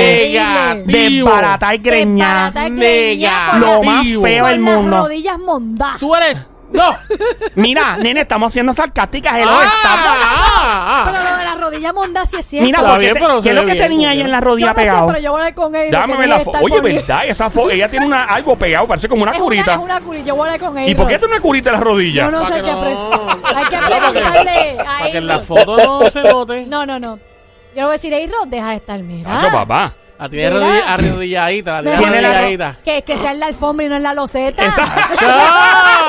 Speaker 2: Negativo.
Speaker 4: Desbarata y greñada.
Speaker 3: Desbarata y greñada con
Speaker 4: Lo
Speaker 3: la-
Speaker 4: más
Speaker 2: Negativo.
Speaker 4: feo del
Speaker 3: con las
Speaker 4: mundo.
Speaker 3: rodillas mondadas.
Speaker 2: Tú eres. ¡No!
Speaker 4: (laughs) Mira, nene, estamos siendo sarcásticas. Hello,
Speaker 2: Ah,
Speaker 4: estamos-
Speaker 2: ah, ah.
Speaker 3: Pero lo de las rodillas mondadas sí es cierto.
Speaker 4: Mira,
Speaker 2: Está
Speaker 4: porque
Speaker 2: bien,
Speaker 4: te-
Speaker 2: pero se
Speaker 4: ¿qué es lo
Speaker 2: ve
Speaker 4: que
Speaker 2: bien,
Speaker 4: tenía
Speaker 2: porque-
Speaker 4: ahí en la
Speaker 3: yo
Speaker 4: rodilla
Speaker 3: no sé,
Speaker 4: pegado?
Speaker 3: pero yo voy a hablar con él.
Speaker 1: Dame la foto. Oye, verdad, esa foto. Ella tiene una, algo pegado, parece como una
Speaker 3: Es una,
Speaker 1: curita.
Speaker 3: es una curita, yo voy a hablar con él.
Speaker 1: ¿Y por qué tiene una curita en la rodilla?
Speaker 3: Yo no sé
Speaker 2: Para
Speaker 3: qué
Speaker 2: que no-
Speaker 3: apre- Hay que
Speaker 2: Para que-
Speaker 3: preguntarle a
Speaker 2: Para que en la
Speaker 3: él.
Speaker 2: foto no se note.
Speaker 3: No, no, no. Yo le voy a decir, Eirod, deja de estar, mira.
Speaker 1: Nacho, papá.
Speaker 2: La tiene
Speaker 3: ¿Verdad?
Speaker 2: arrodi- arrodilladita, la tiene
Speaker 4: Tiene la ro-
Speaker 2: arrodilladita.
Speaker 3: Que, que sea en la alfombra y no en la loseta.
Speaker 4: Esa-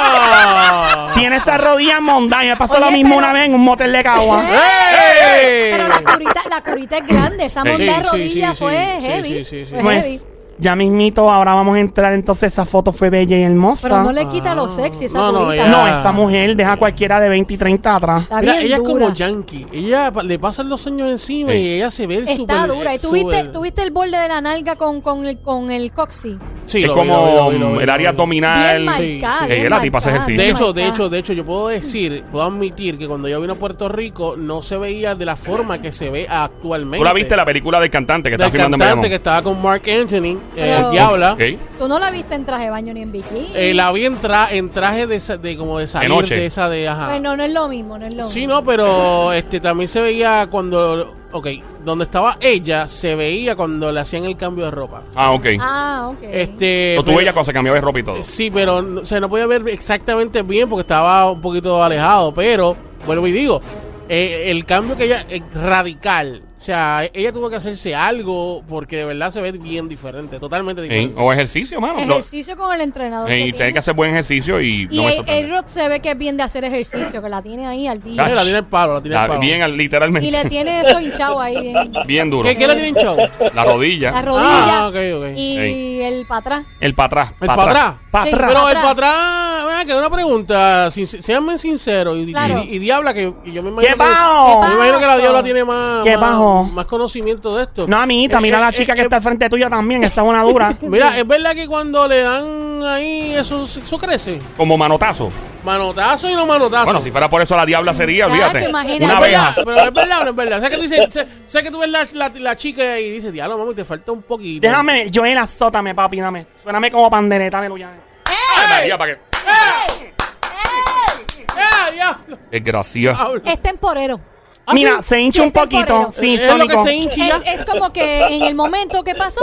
Speaker 2: ¡Chao!
Speaker 4: tiene esa rodilla monda. Me pasó
Speaker 3: Oye,
Speaker 4: lo mismo
Speaker 3: pero-
Speaker 4: una vez en un motel de Cagua.
Speaker 3: ¿Eh? (laughs)
Speaker 2: ¡Ey!
Speaker 3: Pero la curita, la curita es grande. Esa
Speaker 1: Sí,
Speaker 3: monda de
Speaker 2: sí, sí,
Speaker 3: rodilla
Speaker 2: sí,
Speaker 3: fue
Speaker 2: sí,
Speaker 3: heavy.
Speaker 2: sí, sí, sí.
Speaker 3: fue
Speaker 4: Pues,
Speaker 3: heavy.
Speaker 4: ya mismito, ahora vamos a entrar entonces. Esa foto fue bella y hermosa.
Speaker 3: Pero no le quita lo sexy esa
Speaker 2: No, no,
Speaker 3: curita.
Speaker 2: ella-
Speaker 4: No, esa mujer deja a cualquiera de 20 y 30 atrás.
Speaker 3: Está
Speaker 2: Mira,
Speaker 3: bien
Speaker 2: ella es
Speaker 3: dura.
Speaker 2: como yankee. Ella pa- le pasan los años encima
Speaker 1: Sí.
Speaker 2: y ella se ve
Speaker 3: Está
Speaker 2: súper.
Speaker 3: dura. ¿Y
Speaker 2: súper-
Speaker 3: tuviste, tuviste el borde de la nalga con, con el, con el coxi?
Speaker 2: Sí,
Speaker 1: Es
Speaker 2: lo vi, lo vi, lo
Speaker 1: como
Speaker 2: vi, lo vi,
Speaker 1: el
Speaker 2: lo
Speaker 1: área
Speaker 2: vi.
Speaker 1: abdominal.
Speaker 3: bien
Speaker 2: sí,
Speaker 3: marcada.
Speaker 2: sí.
Speaker 3: bien
Speaker 1: Eh, la tipa hace
Speaker 3: marcada,
Speaker 1: ejercicio.
Speaker 2: De
Speaker 3: bien
Speaker 2: hecho, de
Speaker 3: marcada.
Speaker 2: hecho, de hecho, yo puedo decir, puedo admitir que cuando yo vino a Puerto Rico no se veía de la forma que se ve actualmente.
Speaker 1: Tú la viste la película del cantante que está
Speaker 2: del
Speaker 1: filmando en
Speaker 2: cantante que
Speaker 1: Bayamón?
Speaker 2: estaba con Mark Anthony, eh,
Speaker 3: Pero-
Speaker 2: Diabla.
Speaker 1: Ok.
Speaker 3: Tú no la viste en traje de baño ni en bikini.
Speaker 2: Eh, la vi en, tra- en traje de, esa- de como de salir
Speaker 1: noche.
Speaker 2: de esa de ajá.
Speaker 3: Bueno, Pues no es lo mismo, no es lo mismo.
Speaker 2: Sí, no, pero este también se veía cuando ok, donde estaba ella se veía cuando le hacían el cambio de ropa.
Speaker 1: Ah, ok.
Speaker 3: Ah, ok.
Speaker 2: Este
Speaker 1: o tú
Speaker 2: pero-
Speaker 1: ella cuando se cambiaba de ropa y todo.
Speaker 2: Sí, pero no- o sea, no podía ver exactamente bien porque estaba un poquito alejado, pero vuelvo y digo, eh, el cambio que ella es radical. O sea, ella tuvo que hacerse algo porque de verdad se ve bien diferente, totalmente
Speaker 1: Eh,
Speaker 2: diferente.
Speaker 1: O ejercicio, mano. Lo-
Speaker 3: Ejercicio con el entrenador.
Speaker 1: eh,
Speaker 3: que
Speaker 1: y
Speaker 3: tiene.
Speaker 1: tiene que hacer buen ejercicio y
Speaker 3: Y
Speaker 1: no me
Speaker 3: el,
Speaker 1: sorprende.
Speaker 3: Rod se ve que es bien de hacer ejercicio, que la tiene ahí al
Speaker 1: Ah,
Speaker 3: día.
Speaker 2: la tiene el palo, la tiene el
Speaker 1: Ah,
Speaker 2: palo.
Speaker 1: bien, al- literalmente.
Speaker 3: Y
Speaker 1: (laughs)
Speaker 3: le tiene eso hinchado ahí bien.
Speaker 1: Bien duro.
Speaker 2: ¿Qué, ¿Qué le tiene hinchado?
Speaker 1: La rodilla.
Speaker 3: La rodilla
Speaker 2: Ah, ok, ok.
Speaker 3: y
Speaker 1: Ey.
Speaker 3: el para atrás.
Speaker 1: El para atrás.
Speaker 2: ¿El para atrás?
Speaker 4: Para
Speaker 3: Sí,
Speaker 4: atrás.
Speaker 2: Pero
Speaker 3: pa'
Speaker 2: el
Speaker 3: atrás.
Speaker 2: para atrás, vea, que una pregunta, sin- seanme sinceros y,
Speaker 3: Claro.
Speaker 2: y- y diabla que, que yo me imagino
Speaker 4: ¡Qué
Speaker 2: que-
Speaker 4: bajo!
Speaker 2: Yo me imagino que la
Speaker 3: Bajo.
Speaker 2: diabla tiene más,
Speaker 4: Qué
Speaker 2: más-
Speaker 4: bajo.
Speaker 2: más conocimiento de esto.
Speaker 4: No, amiguita,
Speaker 2: Eh,
Speaker 4: mira
Speaker 2: eh,
Speaker 4: la
Speaker 2: eh,
Speaker 4: chica que
Speaker 2: eh,
Speaker 4: está al frente tuyo también. Esa es una
Speaker 2: (laughs)
Speaker 4: dura.
Speaker 2: Mira, es verdad que cuando le dan ahí, eso, eso crece.
Speaker 1: Como manotazo.
Speaker 2: Manotazo y no manotazo.
Speaker 1: Bueno, si fuera por eso la diabla sería,
Speaker 3: Chacho,
Speaker 1: olvídate.
Speaker 3: imagínate.
Speaker 1: Una
Speaker 2: es
Speaker 1: abeja.
Speaker 2: verdad, pero es verdad o no es verdad. Sé que, tú dices- sé- sé que tú ves la, la- la chica y dices, diablo, mami, te falta un poquito.
Speaker 4: Déjame, yo en azótame, papi, dame. Suéname como pandereta, aleluya.
Speaker 2: Ah,
Speaker 1: Ay,
Speaker 2: pues.
Speaker 1: María, ¿para qué?
Speaker 2: ¡Eh, diablo!
Speaker 1: Desgracia.
Speaker 3: Es temporero.
Speaker 2: Ah,
Speaker 4: Mira,
Speaker 2: sí.
Speaker 4: se hincha
Speaker 3: Sí,
Speaker 4: un
Speaker 3: es temporero.
Speaker 4: poquito. Sí,
Speaker 2: es lo que
Speaker 4: Sónico.
Speaker 2: se hincha y
Speaker 3: Es,
Speaker 2: ya.
Speaker 3: es como que en el momento que pasó,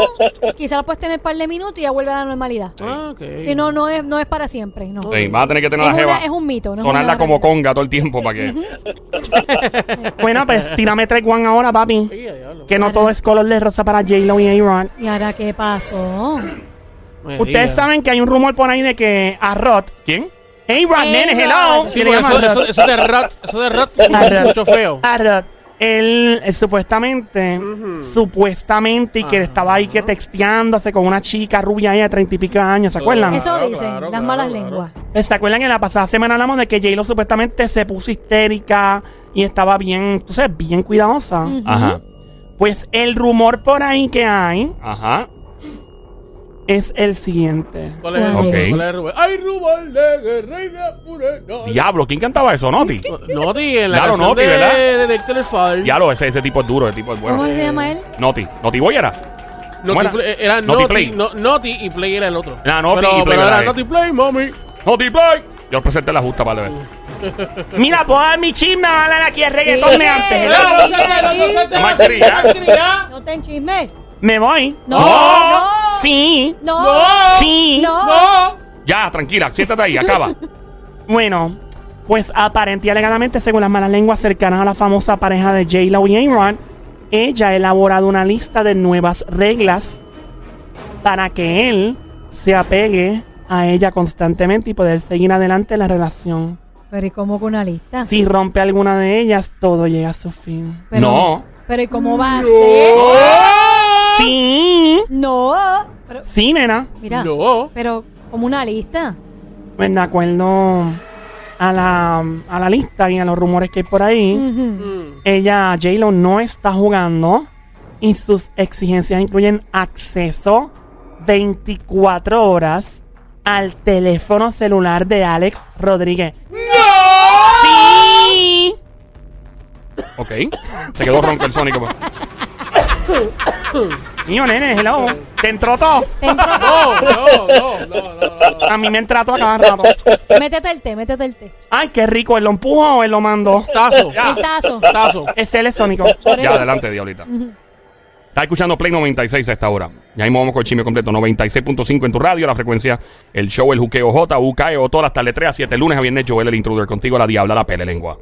Speaker 3: quizá la puedes tener un par de minutos y ya vuelve a la normalidad.
Speaker 2: Ah, ok.
Speaker 3: Si no, no es, no es para siempre. No.
Speaker 2: Ah,
Speaker 1: Sí, vas a tener que tener
Speaker 3: Es
Speaker 1: la jeva.
Speaker 3: una- es un mito, no es
Speaker 1: Sonarla
Speaker 3: una
Speaker 1: como
Speaker 3: realidad.
Speaker 1: conga todo el tiempo para que.
Speaker 4: Bueno,
Speaker 2: (laughs)
Speaker 4: pues tírame tres guan ahora, papi.
Speaker 2: Sí, diablo.
Speaker 4: Que no todo es color de rosa para J-Lo y A-Ron.
Speaker 3: ¿Y ahora qué pasó?
Speaker 2: Me
Speaker 4: Ustedes
Speaker 2: diga.
Speaker 4: saben que hay un rumor por ahí de que a Rod.
Speaker 1: ¿Quién?
Speaker 4: A-Rod, nene, hello.
Speaker 2: Sí,
Speaker 4: que le
Speaker 2: porque
Speaker 4: llaman
Speaker 2: eso, eso,
Speaker 4: Rod.
Speaker 2: eso de rat, eso de rat, es
Speaker 4: Arrot.
Speaker 2: mucho feo.
Speaker 4: A Rod. Él, eh, supuestamente, supuestamente, y que él estaba ahí que texteándose con una chica rubia ella de treinta y pico años, ¿se acuerdan?
Speaker 3: Eso
Speaker 2: Ah, claro,
Speaker 3: dicen
Speaker 2: claro,
Speaker 3: las
Speaker 2: claro,
Speaker 3: malas
Speaker 2: claro.
Speaker 3: lenguas.
Speaker 4: ¿Se acuerdan que la pasada semana hablamos de que J-Lo supuestamente se puso histérica y estaba bien, tú sabes, bien cuidadosa?
Speaker 3: Mm.
Speaker 1: Ajá.
Speaker 4: Pues el rumor por ahí que hay
Speaker 1: Ajá.
Speaker 4: es el siguiente.
Speaker 2: ¿Cuál es el
Speaker 3: Ok.
Speaker 2: rumor? ¿Cuál es el rumor? ¡Ay, rumor de guerrilla purena!
Speaker 1: Diablo, ¿quién cantaba eso, Noti?
Speaker 2: Noti, en la
Speaker 1: Claro,
Speaker 2: canción
Speaker 1: Noti,
Speaker 2: de,
Speaker 1: ¿verdad?
Speaker 2: de Dexter el Father.
Speaker 1: Diablo, ese, ese tipo es duro, ese tipo es bueno.
Speaker 3: ¿Cómo se llama él?
Speaker 1: Noti. Noti Boy era.
Speaker 2: Noti
Speaker 1: Bueno,
Speaker 2: Play- era
Speaker 1: Noti
Speaker 2: Noti,
Speaker 1: Play.
Speaker 2: no- Noti y Play era el otro.
Speaker 1: Era Noti
Speaker 2: pero,
Speaker 1: y Play
Speaker 2: pero
Speaker 1: era
Speaker 2: era
Speaker 1: él.
Speaker 2: Noti Play, mami.
Speaker 1: Noti Play. Yo presenté la justa para veces.
Speaker 4: Mira, puedo dar mi chisme, van a hablar aquí de reggaetón
Speaker 3: Sí.
Speaker 4: de antes.
Speaker 3: Pero
Speaker 2: Claro,
Speaker 3: ahí,
Speaker 2: no se te- no se te-
Speaker 1: ahí.
Speaker 2: no se te- no se te- no
Speaker 3: No te enchismes.
Speaker 4: Me voy.
Speaker 3: No, no.
Speaker 4: Sí.
Speaker 3: No.
Speaker 4: Sí.
Speaker 3: No.
Speaker 2: ¡No!
Speaker 1: Ya, tranquila, siéntate ahí, acaba.
Speaker 4: Bueno, pues aparente y alegadamente, según las malas lenguas cercanas a la famosa pareja de J-Lo y Aaron, ella ha elaborado una lista de nuevas reglas para que él se apegue a ella constantemente y poder seguir adelante la relación.
Speaker 3: Pero ¿y cómo con una lista?
Speaker 4: Si rompe alguna de ellas, todo llega a su fin.
Speaker 3: Pero,
Speaker 1: No.
Speaker 3: Pero ¿y cómo va a ser?
Speaker 4: Sí, nena.
Speaker 3: Mira,
Speaker 2: No.
Speaker 3: pero como una lista.
Speaker 4: Pues de acuerdo a la, a la lista y a los rumores que hay por
Speaker 2: Mm.
Speaker 4: ahí, ella, J-Lo, no está jugando y sus exigencias incluyen acceso 24 horas al teléfono celular de Alex Rodríguez. ¡No! ¡Sí!
Speaker 1: Ok. Se quedó ronco el Sónico. pues.
Speaker 4: Mío, nene, hello. Te entró todo.
Speaker 2: No, no, no, no, no, no.
Speaker 4: A mí me entra todo a cada rato.
Speaker 3: Métete el té, métete el té.
Speaker 4: Ay, qué rico. ¿Él lo empujo o él lo mando?
Speaker 2: Tazo,
Speaker 3: El tazo.
Speaker 2: tazo.
Speaker 4: Es el Sónico.
Speaker 3: Por
Speaker 1: Ya,
Speaker 3: eso.
Speaker 1: adelante, Diablita. Está escuchando Play 96 a esta hora. Ya mismo vamos con el chisme completo. 96.5 en tu radio, la frecuencia, el show, el juqueo J, UKEO, todas las tardes 3 a 7, lunes a viernes, Joel el intruder contigo, la diabla, la pele lengua.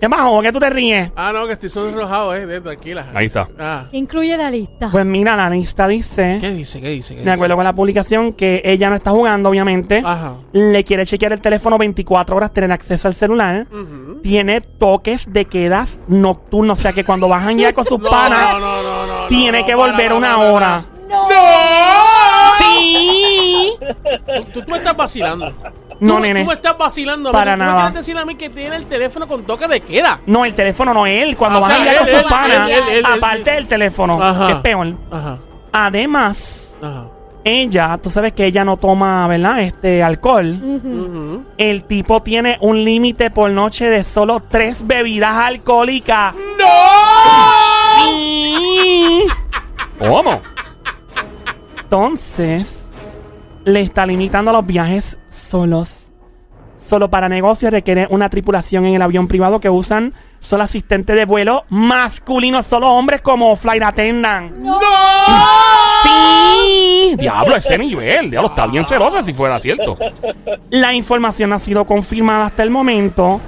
Speaker 4: ¿Qué más, ¿Por qué tú te ríes?
Speaker 2: Ah, no, que estoy sonrojado, eh, de- tranquila.
Speaker 1: Ahí está.
Speaker 2: Ah,
Speaker 3: ¿Qué incluye la lista?
Speaker 4: Pues mira, la lista dice...
Speaker 2: ¿qué dice? ¿Qué dice? ¿Qué
Speaker 4: De acuerdo con la publicación que ella no está jugando, obviamente.
Speaker 2: Ajá.
Speaker 4: Le quiere chequear el teléfono 24 horas, tener acceso al celular.
Speaker 2: Mm.
Speaker 4: Tiene toques de quedas nocturnos. O sea que cuando bajan ya con sus
Speaker 2: dice? (laughs) No,
Speaker 4: panas,
Speaker 2: no, no, no, no, no,
Speaker 4: tiene
Speaker 2: no,
Speaker 4: que
Speaker 2: para,
Speaker 4: volver
Speaker 2: no,
Speaker 4: una
Speaker 2: no, no,
Speaker 4: hora.
Speaker 3: ¡No!
Speaker 4: ¡Sí!
Speaker 2: no. Tú, tú- tú me estás vacilando.
Speaker 4: No,
Speaker 2: Tú me-
Speaker 4: nene.
Speaker 2: Tú me estás vacilando.
Speaker 4: Para
Speaker 2: amigo. Tú
Speaker 4: nada.
Speaker 2: me quieres decir a mí que tiene el teléfono con toque de queda.
Speaker 4: No, el teléfono no él. Cuando
Speaker 2: Ah, o
Speaker 4: bajan
Speaker 2: sea,
Speaker 4: ya con
Speaker 2: él,
Speaker 4: sus
Speaker 2: él,
Speaker 4: panas,
Speaker 2: él, él, él, él,
Speaker 4: aparte
Speaker 2: él.
Speaker 4: del teléfono,
Speaker 2: Ajá.
Speaker 4: que es peor.
Speaker 2: Ajá,
Speaker 4: Además,
Speaker 2: ajá.
Speaker 4: ella, tú sabes que ella no toma, ¿verdad? Este alcohol.
Speaker 2: Ujú.
Speaker 4: El tipo tiene un límite por noche de solo tres bebidas alcohólicas. ¡No!
Speaker 1: ¿Cómo?
Speaker 4: Entonces, le está limitando los viajes solos. Solo para negocios requiere una tripulación en el avión privado que usan solo asistentes de vuelo masculinos, solo hombres como flight attendant. ¡No! ¡Sí!
Speaker 1: Diablo, ese nivel. Diablo, está bien celosa si fuera cierto.
Speaker 4: La información no ha sido confirmada hasta el momento,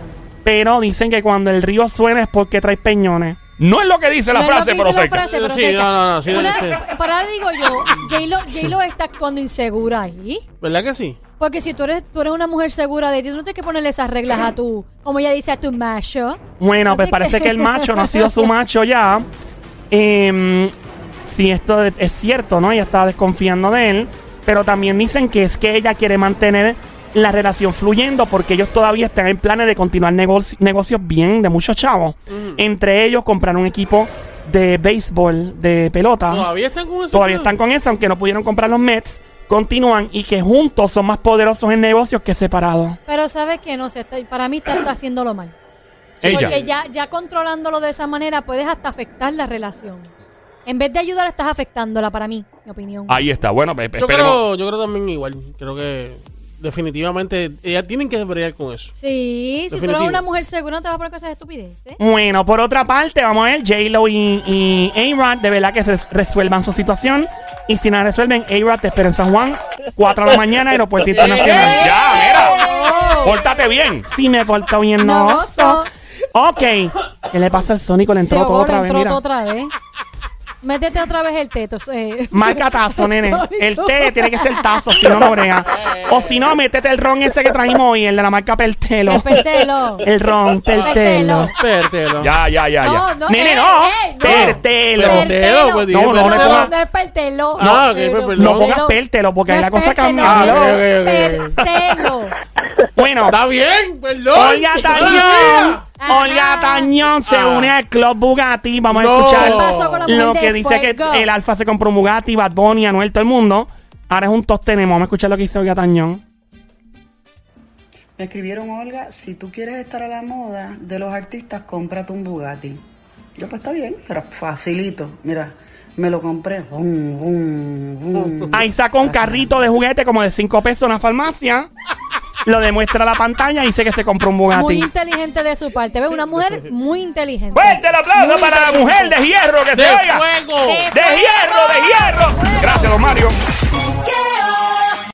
Speaker 4: pero dicen que cuando el río suena es porque trae peñones.
Speaker 1: No es lo que dice la
Speaker 3: No es lo
Speaker 1: frase,
Speaker 3: que
Speaker 1: pero
Speaker 3: dice la
Speaker 1: seca.
Speaker 3: frase, pero
Speaker 2: Sí,
Speaker 3: seca.
Speaker 2: no, no, no, sí,
Speaker 3: Una-
Speaker 2: sí.
Speaker 3: Para digo yo, J-Lo, J-Lo está actuando insegura ahí.
Speaker 2: ¿Verdad que sí?
Speaker 3: Porque si tú eres, tú eres una mujer segura de ti, tú no tienes que ponerle esas reglas a tu, como ella dice, a tu macho.
Speaker 4: Bueno,
Speaker 3: No
Speaker 4: pues
Speaker 3: te
Speaker 4: parece
Speaker 3: creas.
Speaker 4: que el macho no ha
Speaker 3: (laughs)
Speaker 4: sido su macho ya. Em, si esto de- es cierto, ¿no? Ella estaba desconfiando de él. Pero también dicen que es que ella quiere mantener la relación fluyendo porque ellos todavía están en planes de continuar negoci- negocios bien de muchos chavos. Entre ellos comprar un equipo de béisbol, de pelota.
Speaker 2: Todavía están con eso.
Speaker 4: Ah. Todavía están con eso, aunque no pudieron comprar los Mets. Continúan y que juntos son más poderosos en negocios que separados.
Speaker 3: Pero sabes que no sé, está- para mí está, está haciéndolo mal. Porque
Speaker 1: Ella.
Speaker 3: ya, ya controlándolo de esa manera puedes hasta afectar la relación. En vez de ayudar, estás afectándola para mí, mi opinión.
Speaker 1: Ahí está. Bueno, pe-
Speaker 2: Yo
Speaker 1: esperemos.
Speaker 2: creo, yo creo también igual. Creo que definitivamente ellas tienen que bregar con eso.
Speaker 3: Sí, si tú
Speaker 2: Definitivo.
Speaker 3: eres una mujer segura, no te vas a poner cosas estupideces.
Speaker 4: Bueno, por otra parte, vamos a ver, J-Lo y, y A-Rod, de verdad que res- resuelvan su situación. Y si no la resuelven, A-Rod te espera en San Juan, 4 de la mañana, Aeropuerto Internacional.
Speaker 1: Ya, Ah,
Speaker 3: Oh.
Speaker 1: mira. Pórtate bien.
Speaker 4: Si me porto bien, no.
Speaker 3: No,
Speaker 4: gozo. Ok. ¿Qué le pasa al Sónico? Le
Speaker 3: Se
Speaker 4: entró
Speaker 3: ahogó,
Speaker 4: todo
Speaker 3: le
Speaker 4: otra vez,
Speaker 3: entró
Speaker 4: mira.
Speaker 3: todo otra vez. Métete otra vez el teto. eh.
Speaker 4: Marcatazo, nene. El té tiene que ser tazo, si no, no brega. O si no, métete el ron ese que trajimos hoy, el de la marca Pertelo.
Speaker 3: El pertelo.
Speaker 4: El ron, Pertelo.
Speaker 3: Pertelo.
Speaker 4: (laughs)
Speaker 2: Espértelo.
Speaker 1: Ya, ya, ya, ya.
Speaker 4: Nene,
Speaker 3: eh,
Speaker 4: no.
Speaker 3: eh,
Speaker 4: Pertelo.
Speaker 2: Pertelo, pues, dije
Speaker 4: No, no, no,
Speaker 2: pertelo.
Speaker 4: no,
Speaker 3: No es pertelo.
Speaker 2: Ah, ok, pues,
Speaker 4: No
Speaker 2: No,
Speaker 4: pongas Pertelo, porque ahí la cosa
Speaker 3: cambió.
Speaker 4: cambia.
Speaker 2: Ah, ok, ok, ok.
Speaker 3: Pertelo.
Speaker 4: Bueno,
Speaker 2: Está bien, perdón.
Speaker 4: Olga Tañón.
Speaker 2: Ah,
Speaker 4: Olga Tañón se
Speaker 2: Ah.
Speaker 4: une al Club Bugatti. Vamos
Speaker 2: No.
Speaker 4: a
Speaker 3: ¿Qué
Speaker 4: escuchar
Speaker 3: pasó con la mujer
Speaker 4: lo
Speaker 3: de
Speaker 4: que dice que
Speaker 3: Fuego?
Speaker 4: el Alfa se compró un Bugatti, Bad Bunny, Anuel, todo el mundo. Ahora es un tos tenemos. Vamos a escuchar lo que dice Olga Tañón.
Speaker 9: Me escribieron, Olga, si tú quieres estar a la moda de los artistas, cómprate un Bugatti. Yo, pues está bien, pero facilito. Mira, me lo compré. Vum, vum, vum.
Speaker 4: Ahí sacó un carrito de juguete como de 5 pesos en la farmacia. Lo demuestra la pantalla y dice que se compró un
Speaker 3: Muy
Speaker 4: Bugatti.
Speaker 3: inteligente de su parte. ¿Ves? Una mujer muy inteligente.
Speaker 6: Fuerte el aplauso
Speaker 3: Muy
Speaker 6: para la mujer de hierro que
Speaker 2: De
Speaker 6: se oiga.
Speaker 2: fuego.
Speaker 3: inteligente.
Speaker 6: ¡De hierro, de hierro! Gracias, don Mario.